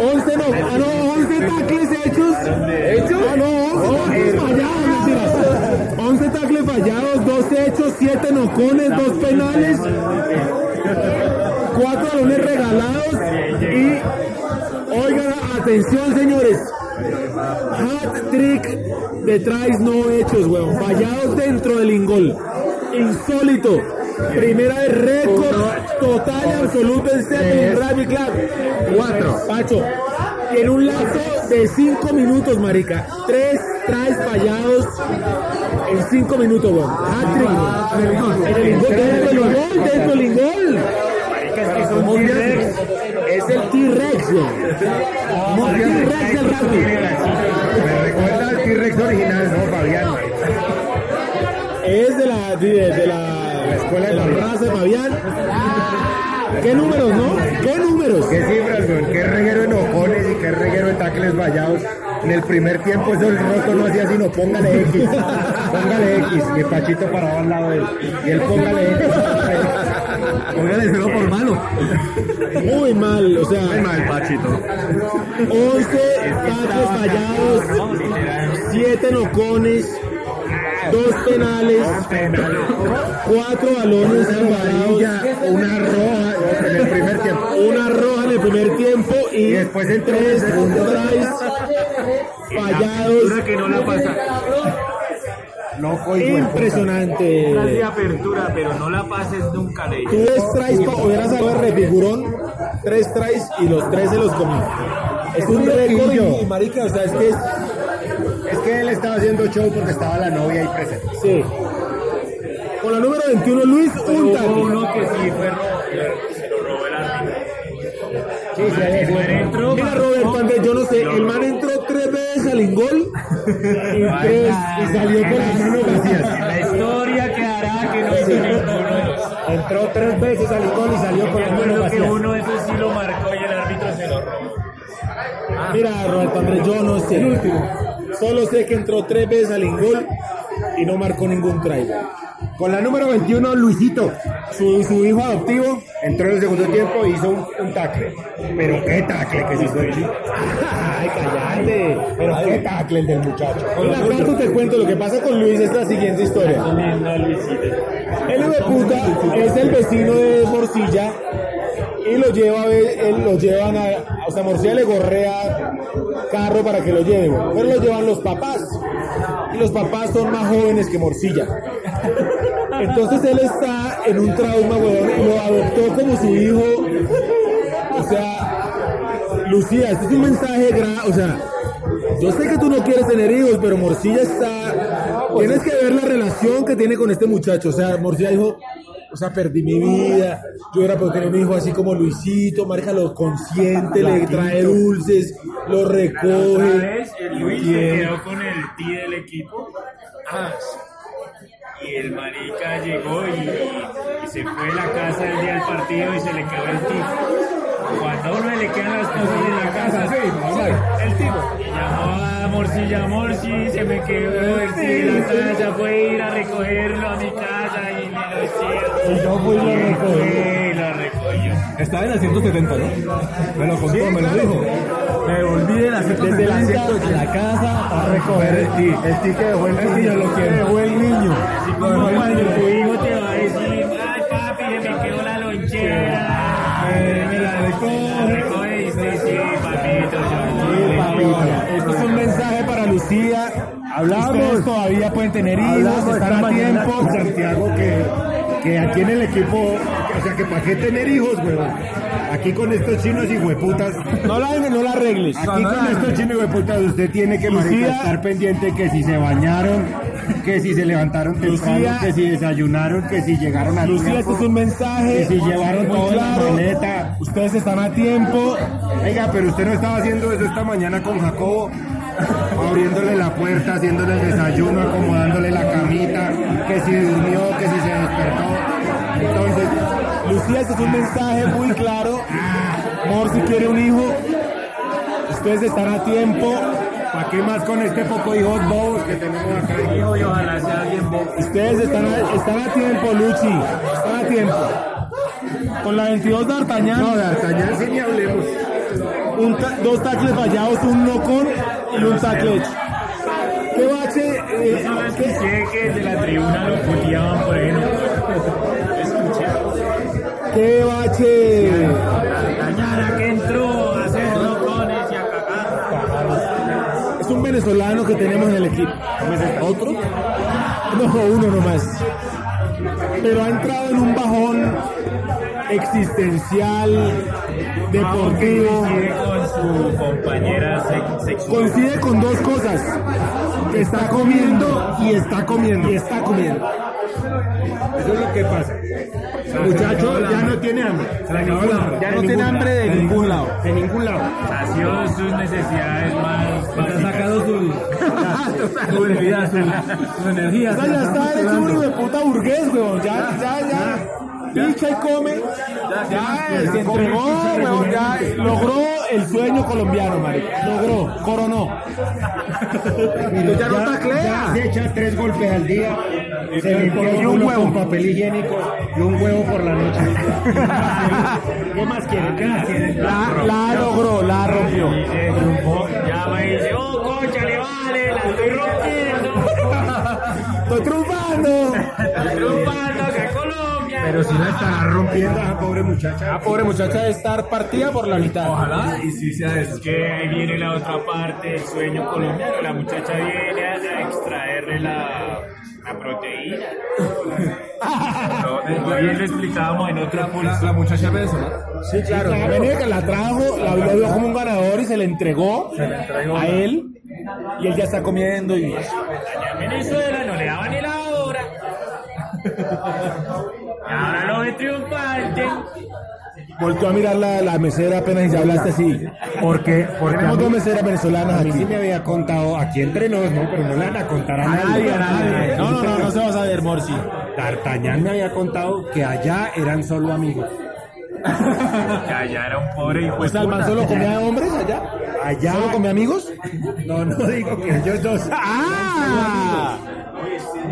A: 11 no, ah no, 11 tacles hechos. ¿Hechos? Ah no, 11 tacles fallados, mentiras. 11 tacles fallados, 12 hechos, 7 nocones, 2 penales, 4 balones regalados y oigan, atención señores. Hat trick de tries no hechos, weón. Fallados dentro del ingol. Insólito. Primera de récord total y absoluto en set en Rugby Club. Cuatro. Pacho. Tiene un lapso de cinco minutos, marica. Tres tries fallados en cinco minutos, weón. Hat trick. En el ingol, dentro del ingol, dentro del ingol. Es el T-Rex, weón. Como el T-Rex del rugby.
B: Me recuerda al T-Rex original, ¿no, Fabián?
A: Es de la, de, de la,
B: escuela de
A: de la
B: Fabián.
A: raza de Fabián. ¿Qué números, no? ¿Qué números?
B: Qué cifras, güey. Qué reguero en ojones y qué reguero de tacles vallados. En el primer tiempo eso el roto no hacía sino póngale X. Póngale X. Y el Pachito paraba al lado de él. Y él póngale X.
K: Póngale cero por malo.
A: Muy mal, o sea,
B: Ay, mal, Pachito.
A: 11 pases fallados, 7 nocones,
B: Ah.
A: 2 penales, 4 balones
B: Amarilla,
A: salvados,
B: una roja en el primer tiempo.
A: una roja en el primer tiempo y
B: Y después entró en el
A: 3
B: segundo.
A: tries fallados.
E: Una que no la pasa.
B: Loco y
A: Impresionante.
E: de apertura, pero no la pases nunca, le dije.
A: Tres tries, pa- hubieras salido de repigurón, tres tries y los tres se los comió. Es un récord y, marica, o sea, es que es,
B: Es que él estaba haciendo show porque estaba la novia ahí presente.
A: sí. Con la número 21, Luis
E: Hubo
A: Untan.
E: uno que sí fue robo, se lo robó el árbitro.
B: Sí, sí,
E: El man entró,
A: Mira, Robert Pandel, yo no sé, el man entró tres veces al ingol y tres y salió por las manos vacías.
E: La historia quedará que no hizo ninguno de los.
B: Entró tres veces al gol y salió con
E: Me
B: el número
E: acuerdo que
B: vacío.
E: uno eso sí lo marcó y el árbitro se lo robó.
A: Mira, Robert Pandel, yo no sé. Solo sé que entró tres veces al ingol y no marcó ningún try.
B: Con la número 21, Luisito.
A: Su, su hijo adoptivo
B: Entró en el segundo tiempo y hizo un, un tackle. Pero qué tackle que se hizo el chico.
A: Ay, callate.
B: Pero qué tackle el del muchacho.
A: Mira, tanto te cuento lo que pasa con Luis es la siguiente historia. El hijo de puta es el vecino de Morcilla y lo lleva a ver- él lo llevan a, o sea, Morcilla le gorrea carro para que lo lleve, güey. pero lo llevan los papás. Y los papás son más jóvenes que Morcilla. Entonces él está en un trauma, weón, y lo adoptó como su hijo
F: O sea, Lucía, este es un mensaje grave. O sea, yo sé que tú no quieres tener hijos, pero Morcilla está. Tienes que ver la relación que tiene con este muchacho. O sea, Morcilla dijo. O sea, perdí mi vida. Yo era por tener un hijo así como Luisito, marca lo consciente, le trae dulces, lo
E: Otra
F: recoge.
E: vez, el Luis se quedó con el ti del equipo. Ah, y el marica llegó y, y se fue a la casa el día del partido y se le quedó el tipo. Cuando a uno le quedan las cosas en la casa,
K: Ah,
E: el tipo. Y llamó a Morcilla Morci, se me quedó el ti en la casa, fue a ir a recogerlo a mi casa y me lo hicieron.
K: Y yo fui y lo
E: Y él
K: recogí.
E: fue y lo recogió.
K: Estaba en la 170, ¿no? Me lo contó, me lo dijo. Me volví de la 170 a la casa a recoger el ti. El ti que dejó el niño. yo lo quiero. Dejó el niño.
E: Como cuando tu hijo te va a decir, ay papi, se me quedó la lonchera.
K: Me la recoge.
E: Recoge y dice, sí, papito, yo no le quiero".
K: Esto es un mensaje para Lucía. Hablamos. todavía pueden tener
A: pues,
K: hijos, están a tiempo.
B: Santiago, que, que aquí en el equipo, o sea, que para qué tener hijos, huevón. Aquí con estos chinos y hueputas,
A: No la, no la arregles.
B: aquí con estos chinos y hueputas, usted tiene que marica,
A: Lucía-
B: estar pendiente que si se bañaron, que si se levantaron temprano,
A: Lucía-
B: que si desayunaron, que si llegaron a
A: Lucía, este es un mensaje.
B: que si llevaron
A: muy
B: toda la
A: claro.
B: maleta.
A: Ustedes están a tiempo.
B: Oiga, pero usted no estaba haciendo eso esta mañana con Jacobo, abriéndole la puerta, haciéndole el desayuno, acomodándole la camita, que si durmió, que si se despertó. Entonces,
A: Lucía, este es un mensaje muy claro. Morsi quiere un hijo. Ustedes están a tiempo.
B: ¿para qué más con este poco de hijos bobos que tenemos acá?
K: Y ojalá sea alguien bobo.
A: Ustedes están a, están a tiempo, Luchi. Están a tiempo. Con la 22 de Artañán.
B: No, de Artañán sí ni hablemos.
A: un ta- dos tacles fallados, un no con y un tacle hecho. ¿Qué bache? eh,
E: Yo solo escuché que desde la tribuna lo puteaban por ahí. ¿no? Escuché.
A: ¿Qué bache?
E: Mañana que entró a hacer rocones y a cagar.
A: Es un venezolano que tenemos en el equipo. ¿Otro? No, uno nomás. Pero ha entrado en un bajón existencial, deportivo.
E: Coincide con su compañera sex- sexual.
A: Coincide con dos cosas. Que está comiendo y está comiendo. Y está comiendo.
B: Eso es lo que pasa. Muchacho, ya no tiene hambre.
A: Ya no tiene hambre de ningún lado.
B: De ningún lado.
E: Sació sus necesidades más
K: Ha
E: básicas.
K: sacado su, su energía, su, su energía.
A: O sea, ya está hecho un hijo de puta burgués, weón. Ya, ya, ya. Picha y come. Ya, se entregó, weón. Ya logró el sueño colombiano, marico. Logró, coronó. Entonces ya no
B: Ya
A: taclea.
B: se echa tres golpes al día, se limpia el culo con papel higiénico y un huevo por la noche. ¿Qué más quiere? ¿Qué más quiere?
A: La, la logró, la rompió.
E: Dice, Llama y dice, oh, concha, le vale, la estoy rompiendo.
A: Estoy triunfando.
E: La estoy rompiendo acá en Colombia.
B: Pero si la estará rompiendo esa pobre muchacha.
A: La pobre muchacha de estar partida por la mitad.
K: Ojalá y sí sea eso.
E: Es que ahí viene la otra parte del sueño colombiano. La muchacha viene a extraerle la, la proteína. No, Muy bien lo explicábamos en otra
K: La, la
E: pulsa.
K: muchacha venezolana.
A: Sí, claro. La Veneca la trajo, la lo vio como un ganador y se le entregó a él. Y él ya está comiendo y...
E: Allá en Venezuela no le daban ni la hora. Y Ahora lo ve triunfante.
A: Volteó a mirar la, la mesera apenas y ya hablaste así.
B: Porque, porque
A: Tenemos dos meseras venezolanas
B: a mí sí
A: aquí.
B: me había contado aquí entre nos, ¿no? Pero no le van a contar a nadie.
A: No, no, no, no se va a saber, Morsi.
B: D'Artagnan me había contado que allá eran solo amigos.
E: Que allá era un pobre hijo
A: O
E: de
A: sea, el man solo comía hombres allá.
B: Allá.
A: ¿Solo comía amigos?
B: No, no digo que ellos dos.
A: ¡Ah!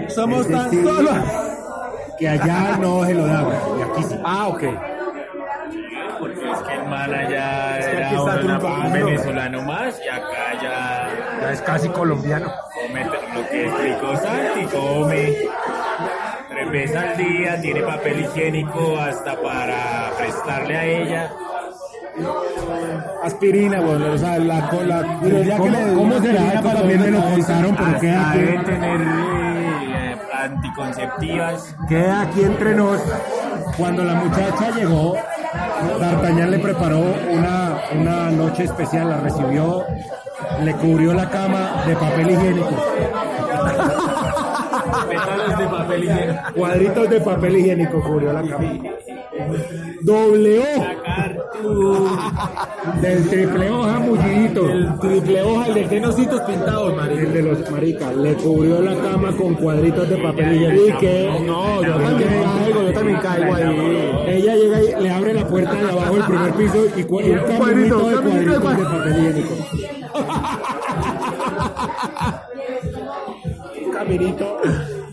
A: Somos
B: Es
A: tan
B: decir,
A: solo.
B: Que allá no se lo daban. Y aquí sí.
A: Ah, ok.
E: Porque es que el man allá
A: que
E: era
A: aquí está
E: una- un
A: triunfando.
E: venezolano más y acá ya
B: Ya es casi colombiano.
E: come lo que explicó Santi, come tres veces al día, tiene papel higiénico hasta para prestarle a ella.
A: Aspirina, bueno, o sea, la cola.
B: ¿Cómo, cómo será? Esto también me lo contaron, pero queda
E: Hasta
B: aquí,
E: debe tener eh, anticonceptivas.
B: queda aquí entre nos. Cuando la muchacha llegó,
K: D'Artagnan le preparó una, una noche especial, la recibió, le cubrió la cama de papel higiénico.
E: Metales de papel higiénico.
K: Cuadritos de papel higiénico cubrió la cama. Doble O. Del triple hoja mullidito.
A: El triple hoja, el de tenositos pintados, marica.
K: El de los maricas. Le cubrió la cama con cuadritos de papel higiénico.
A: Y que, no, yo también caigo, yo también caigo ahí.
K: Ella llega y le abre la puerta de abajo del primer piso y, cu- y un caminito de cuadritos de papel higiénico. Un caminito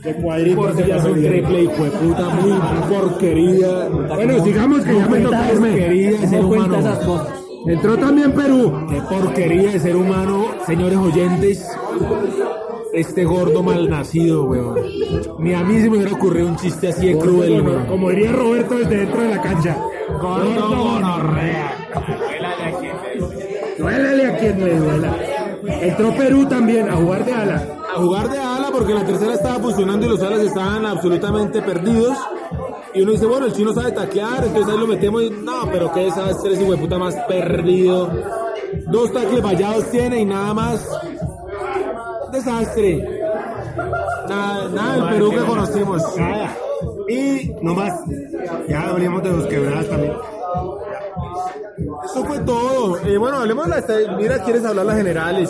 K: de cuadritos de
A: Porque ya es
K: papel
A: un
K: higiénico.
A: triple hijo de puta, muy porquería.
K: Bueno, sigamos que ya me toca
A: porquería de ser humano.
K: Entró también Perú.
A: Qué porquería de ser humano, señores oyentes. Este gordo malnacido, weón. Ni a mí se me hubiera ocurrido un chiste así de cruel,
K: Como-
A: weón.
K: Como diría Roberto desde dentro de la cancha.
A: Gordo gonorrea.
K: Duélele a quien le duela. Entró Perú también a jugar de ala.
A: A jugar de ala porque la tercera estaba funcionando y los alas estaban absolutamente perdidos. Y uno dice, bueno, el chino sabe taquear, entonces ahí lo metemos y no, pero qué desastre, ese puta más perdido. Dos tacles vallados tiene y nada más. Desastre. Nada, nada del Perú que conocimos.
K: Nada. Y no más. Ya hablamos de los quebradas también.
A: Eso fue todo. Eh, bueno, hablemos de la estad- Mira, quieres hablar las generales.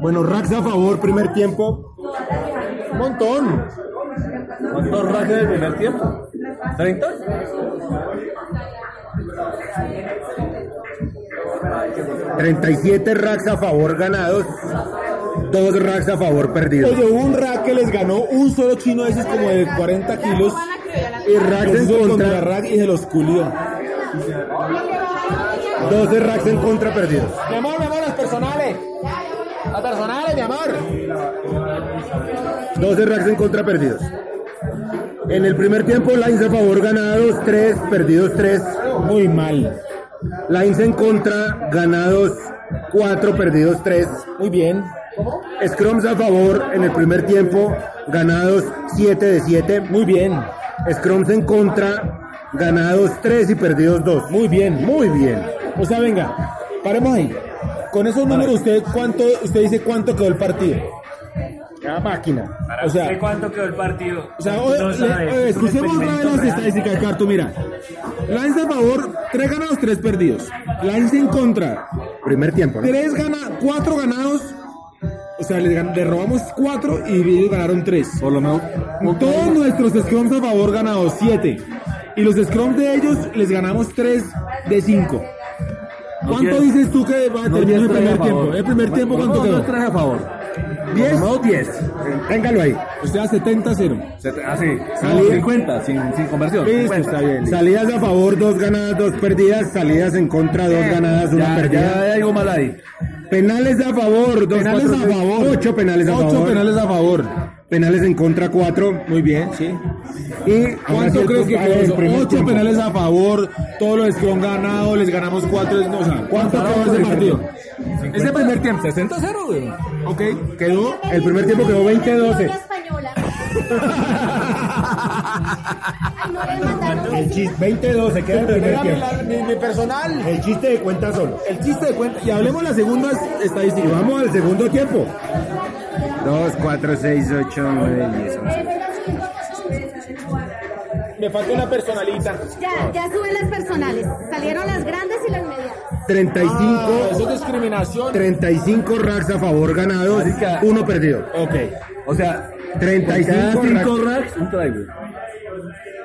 K: Bueno, Rax a favor, primer tiempo.
A: Un montón.
E: ¿Cuántos rajes del primer tiempo? ¿30?
K: 37 Rax a favor ganados. Dos Rax a favor perdidos.
A: Oye, hubo un rack que les ganó un solo chino de esos como de 40 kilos.
K: Y Rax
A: Se
K: en
A: hizo el contra
K: contra.
A: rack y se los culió.
K: 12 Rax en contra perdidos.
A: Mi amor, mi amor, las personales. Las personales, mi amor.
K: 12 Rax en contra perdidos. En el primer tiempo, Lines a favor ganados 3, perdidos 3.
A: Muy mal.
K: Lines en contra ganados 4, perdidos 3.
A: Muy bien.
K: Scrums a favor en el primer tiempo, ganados 7 de 7.
A: Muy bien.
K: Scrums en contra, ganados 3 y perdidos 2.
A: Muy bien.
K: Muy bien.
A: O sea, venga, paremos ahí. Con esos números, usted cuánto, usted dice cuánto quedó el partido.
K: La máquina.
A: O sea,
N: ¿De cuánto quedó el partido?
A: o sea, eh, oye,
N: No
A: le-
N: sabes,
A: oye,
N: es un
A: escuchemos otra vez
N: experimento
A: las
N: real.
A: estadísticas, Cartu, mira. Lance a favor, tres ganados, tres perdidos. Lance en contra,
K: Primer tiempo, ¿no?
A: tres gana, cuatro ganados. O sea, le, gan- le robamos cuatro y ellos ganaron tres.
E: Por lo menos.
A: Todos nuestros scrums a favor ganados 7. Y los scrums de ellos les ganamos 3 de 5. ¿Cuánto
E: diez.
A: dices tú que va a terminar el primer tiempo? ¿El primer tiempo cuánto quedó?
E: a favor.
K: 10.
E: No, 10.
K: Téngalo ahí.
A: O sea, 70-0.
E: Así.
K: Salí.
E: 50, ah, sin, sin conversión.
A: Listo,
E: 50.
A: está bien.
K: Salidas a favor, 2 ganadas, 2 perdidas. Salidas en contra, 2 ganadas, 1
E: Ya, ya
K: perdida.
E: hay algo mal ahí.
K: Penales a favor, 2
A: Penales a favor.
K: 8 penales a
A: 8
K: favor.
A: penales a favor.
K: Penales en contra, 4.
A: Muy bien, sí.
K: ¿Y ahora sí
A: ¿Cuánto
K: el
A: crees que
K: puntaje
A: quedó?
K: del primer
A: 8
K: tiempo.
A: penales a favor, todos los scrums ganados, les ganamos 4. O sea, ¿cuánto
K: Ahora
A: quedó
K: vamos
A: ese
K: a ver.
A: partido?
E: Ese primer tiempo, 60-0, güey.
A: Ok, quedó.
K: El primer tiempo quedó 20-12.
G: española. Ay, no le mandaron
K: El chiste, 20-12, queda el primer tiempo.
A: mi personal.
K: El chiste de cuenta solo.
A: El chiste de cuenta. Y hablemos las segundas
K: Y
A: estadísticas.
K: vamos al segundo tiempo. 2, 4, 6, 8, 9, 10.
G: Eh,
A: Me falta una personalita.
G: Ya, ya suben las personales. Salieron las grandes y las medias.
K: 35,
A: es discriminación.
K: 35 racks a favor ganados,
E: Marica.
K: 1 perdido.
A: Ok.
E: O sea, por cada
K: 35
E: cinco
K: racks,
E: racks, un try, güey.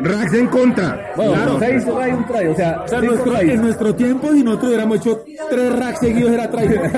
K: racks en contra.
E: Bueno,
K: Claro.
E: seis try, un try. O sea,
A: O sea,
E: cinco
A: nuestro-
E: tries.
A: en nuestro tiempo, si nosotros hubiéramos hecho tres racks seguidos, era traidor.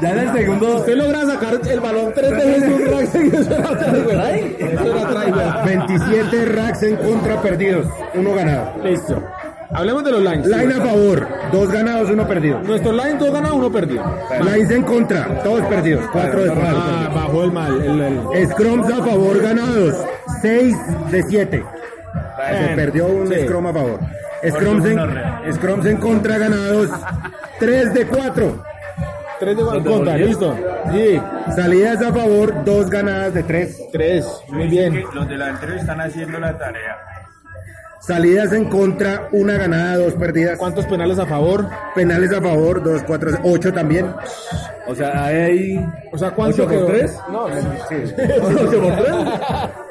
E: Ya en el segundo.
A: Usted logra sacar el balón tres veces de un rack seguido, eso era traidor. Eso era traidor.
K: 27 racks en contra perdidos, 1 ganado.
A: Listo. Hablemos de los lines.
K: Line a favor, 2 ganados, 1 perdido.
A: Nuestro line, dos ganados, uno perdido.
K: Lines en contra, todos perdidos, 4 de
A: Ah, bajó el mal. el- el-
K: Scrums a favor ganados, 6 de 7. Se
A: Bien.
K: perdió un
A: Sí.
K: scrum a favor. Scrums en, scrums en contra ganados, 3 de 4.
A: Tres de Juan Conta, listo.
B: Sí, salidas a favor, dos ganadas de tres.
A: Tres, muy bien.
E: Los delanteros están haciendo la tarea.
B: Salidas en contra, una ganada, dos perdidas.
A: ¿Cuántos penales a favor?
B: Penales a favor, dos, cuatro, ocho también.
K: O sea, ahí
A: O sea, ¿cuánto
K: ¿Ocho por
A: quedó?
K: tres?
A: No,
K: hay... ¿Ocho por tres?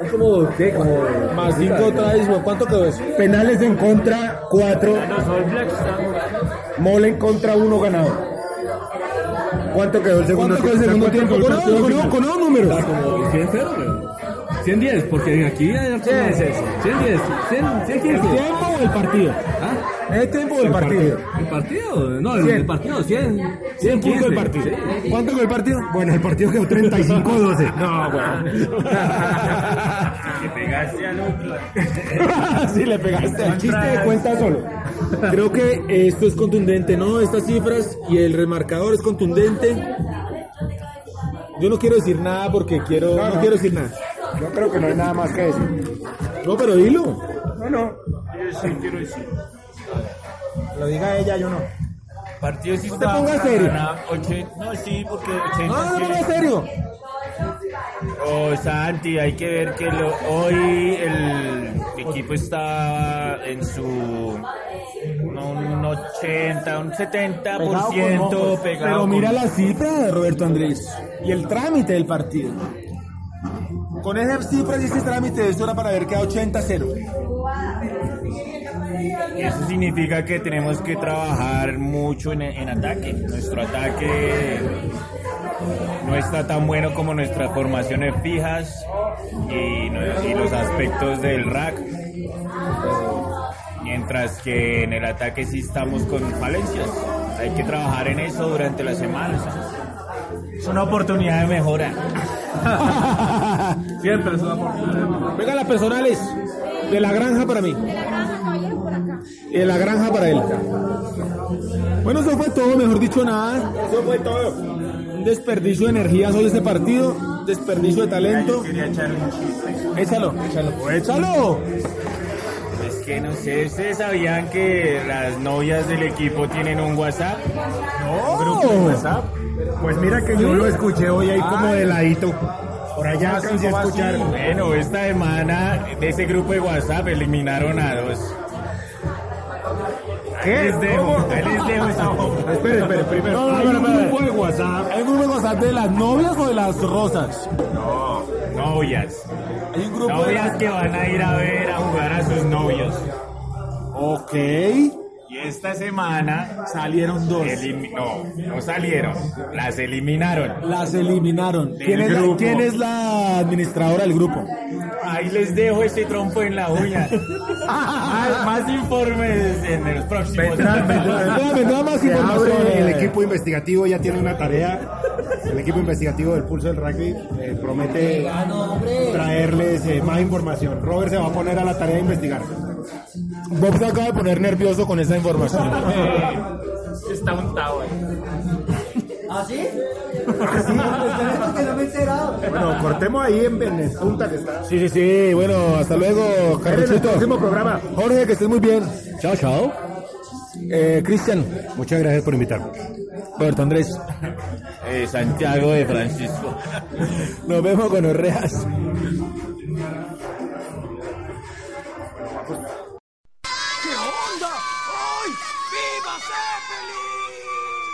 K: Es como, ¿qué? Como...
A: más cinco traes, güey. ¿Cuánto quedó eso?
B: Penales en contra, cuatro. Mole en contra, uno ganado. ¿Cuánto quedó el segundo
A: ¿Cuánto quedó el
B: tiempo?
A: segundo tiempo? Con
B: ¿Cuánto
A: nuevos
B: quedó el
A: con nuevos números.
K: Está como 100 0, güey. 110, porque aquí hay... 110, 110, 100, 115.
A: ¿Tiempo o el partido?
K: ¿Ah?
A: ¿El tiempo o el partido?
K: El partido, no, el, el partido, 100.
A: puntos
K: 100 puntos
A: el partido.
B: ¿Cuánto quedó el partido? Bueno, el partido quedó 35-12.
A: No, güey.
E: Ah, Que pegaste al otro.
A: sí, le pegaste al chiste de cuenta solo. Creo que esto es contundente, ¿no? Estas cifras y el remarcador es contundente. Yo no quiero decir nada porque quiero. No, quiero decir nada.
B: Yo creo que no hay nada más que decir.
A: No, pero dilo.
B: No, no.
E: Yo sí quiero decir.
B: Lo diga ella, yo no.
E: Partido sí
A: te pongas serio.
E: No, sí, porque
A: No,
E: 80
A: no, no,
E: sí.
A: en serio.
E: Oh, Santi, hay que ver que lo- hoy el equipo está en su no, un 80, un 70% pegado.
A: Pero
E: con-
A: mira la cifra, Roberto Andrés, y el trámite del partido. Con esas cifras y ese trámite, esto era para ver que a 80-0.
E: Eso significa que tenemos que trabajar mucho en, en ataque. Nuestro ataque no está tan bueno como nuestras formaciones fijas y, no- y los aspectos del rack. Mientras que en el ataque sí estamos con falencias. Hay que trabajar en eso durante la semana. Es una oportunidad de mejora.
K: Siempre es una oportunidad.
A: Venga, las personales de la granja para mí.
G: De la granja, caballero, por acá.
A: Y la granja para él. Bueno, eso fue todo, mejor dicho, nada. Eso fue todo. Un desperdicio de energía sobre este partido, desperdicio de talento. Échalo, échalo. pues. Échalo.
E: Es que no sé, ¿ustedes sabían que las novias del equipo tienen un WhatsApp?
A: No.
B: Pues mira que yo lo escuché hoy ahí como de ladito. Por allá alcancé a escuchar.
E: Bueno, esta semana de ese grupo de WhatsApp eliminaron a dos.
B: ¿Qué?
E: Les dejo, ahí les dejo esa foto.
B: Espera, espera, primero.
A: No, no,
B: Hay un
A: espera, espera.
B: grupo de WhatsApp.
A: ¿Hay un grupo de WhatsApp de las novias o de las rosas?
E: Novias.
A: Hay un grupo de
E: Novias que van a ir a ver a jugar a sus novios.
A: Ok.
E: Y esta semana
A: Salieron dos.
E: elimi- no, no salieron, las eliminaron.
A: Las eliminaron. ¿Quién es, la,
E: grupo.
A: quién es la administradora del grupo?
E: Ahí les dejo ese trompo en la uña. más, Ah, más informes en los próximos.
A: Vendrá- vendrá más
B: Ah, Se
A: información. eh.
B: abre el equipo investigativo, ya tiene una tarea. El equipo investigativo del Pulso del Rugby eh, promete traerles eh, más información. Robert se va a poner a la tarea de investigar.
A: Bob se acaba de poner nervioso con esa información.
E: Está untado ahí.
J: ¿Ah, sí? Esperemos que no me he enterado.
B: Bueno, cortemos ahí en Venezuela que está.
A: Sí, sí, sí. Bueno, hasta luego,
B: En el
A: Carrochito.
B: próximo programa.
A: Jorge, que estés muy bien. Chao, chao. Eh, Cristian,
B: Muchas gracias por invitarme.
A: Roberto Andrés.
E: Santiago Eh, de Francisco.
A: Nos vemos con Orreas.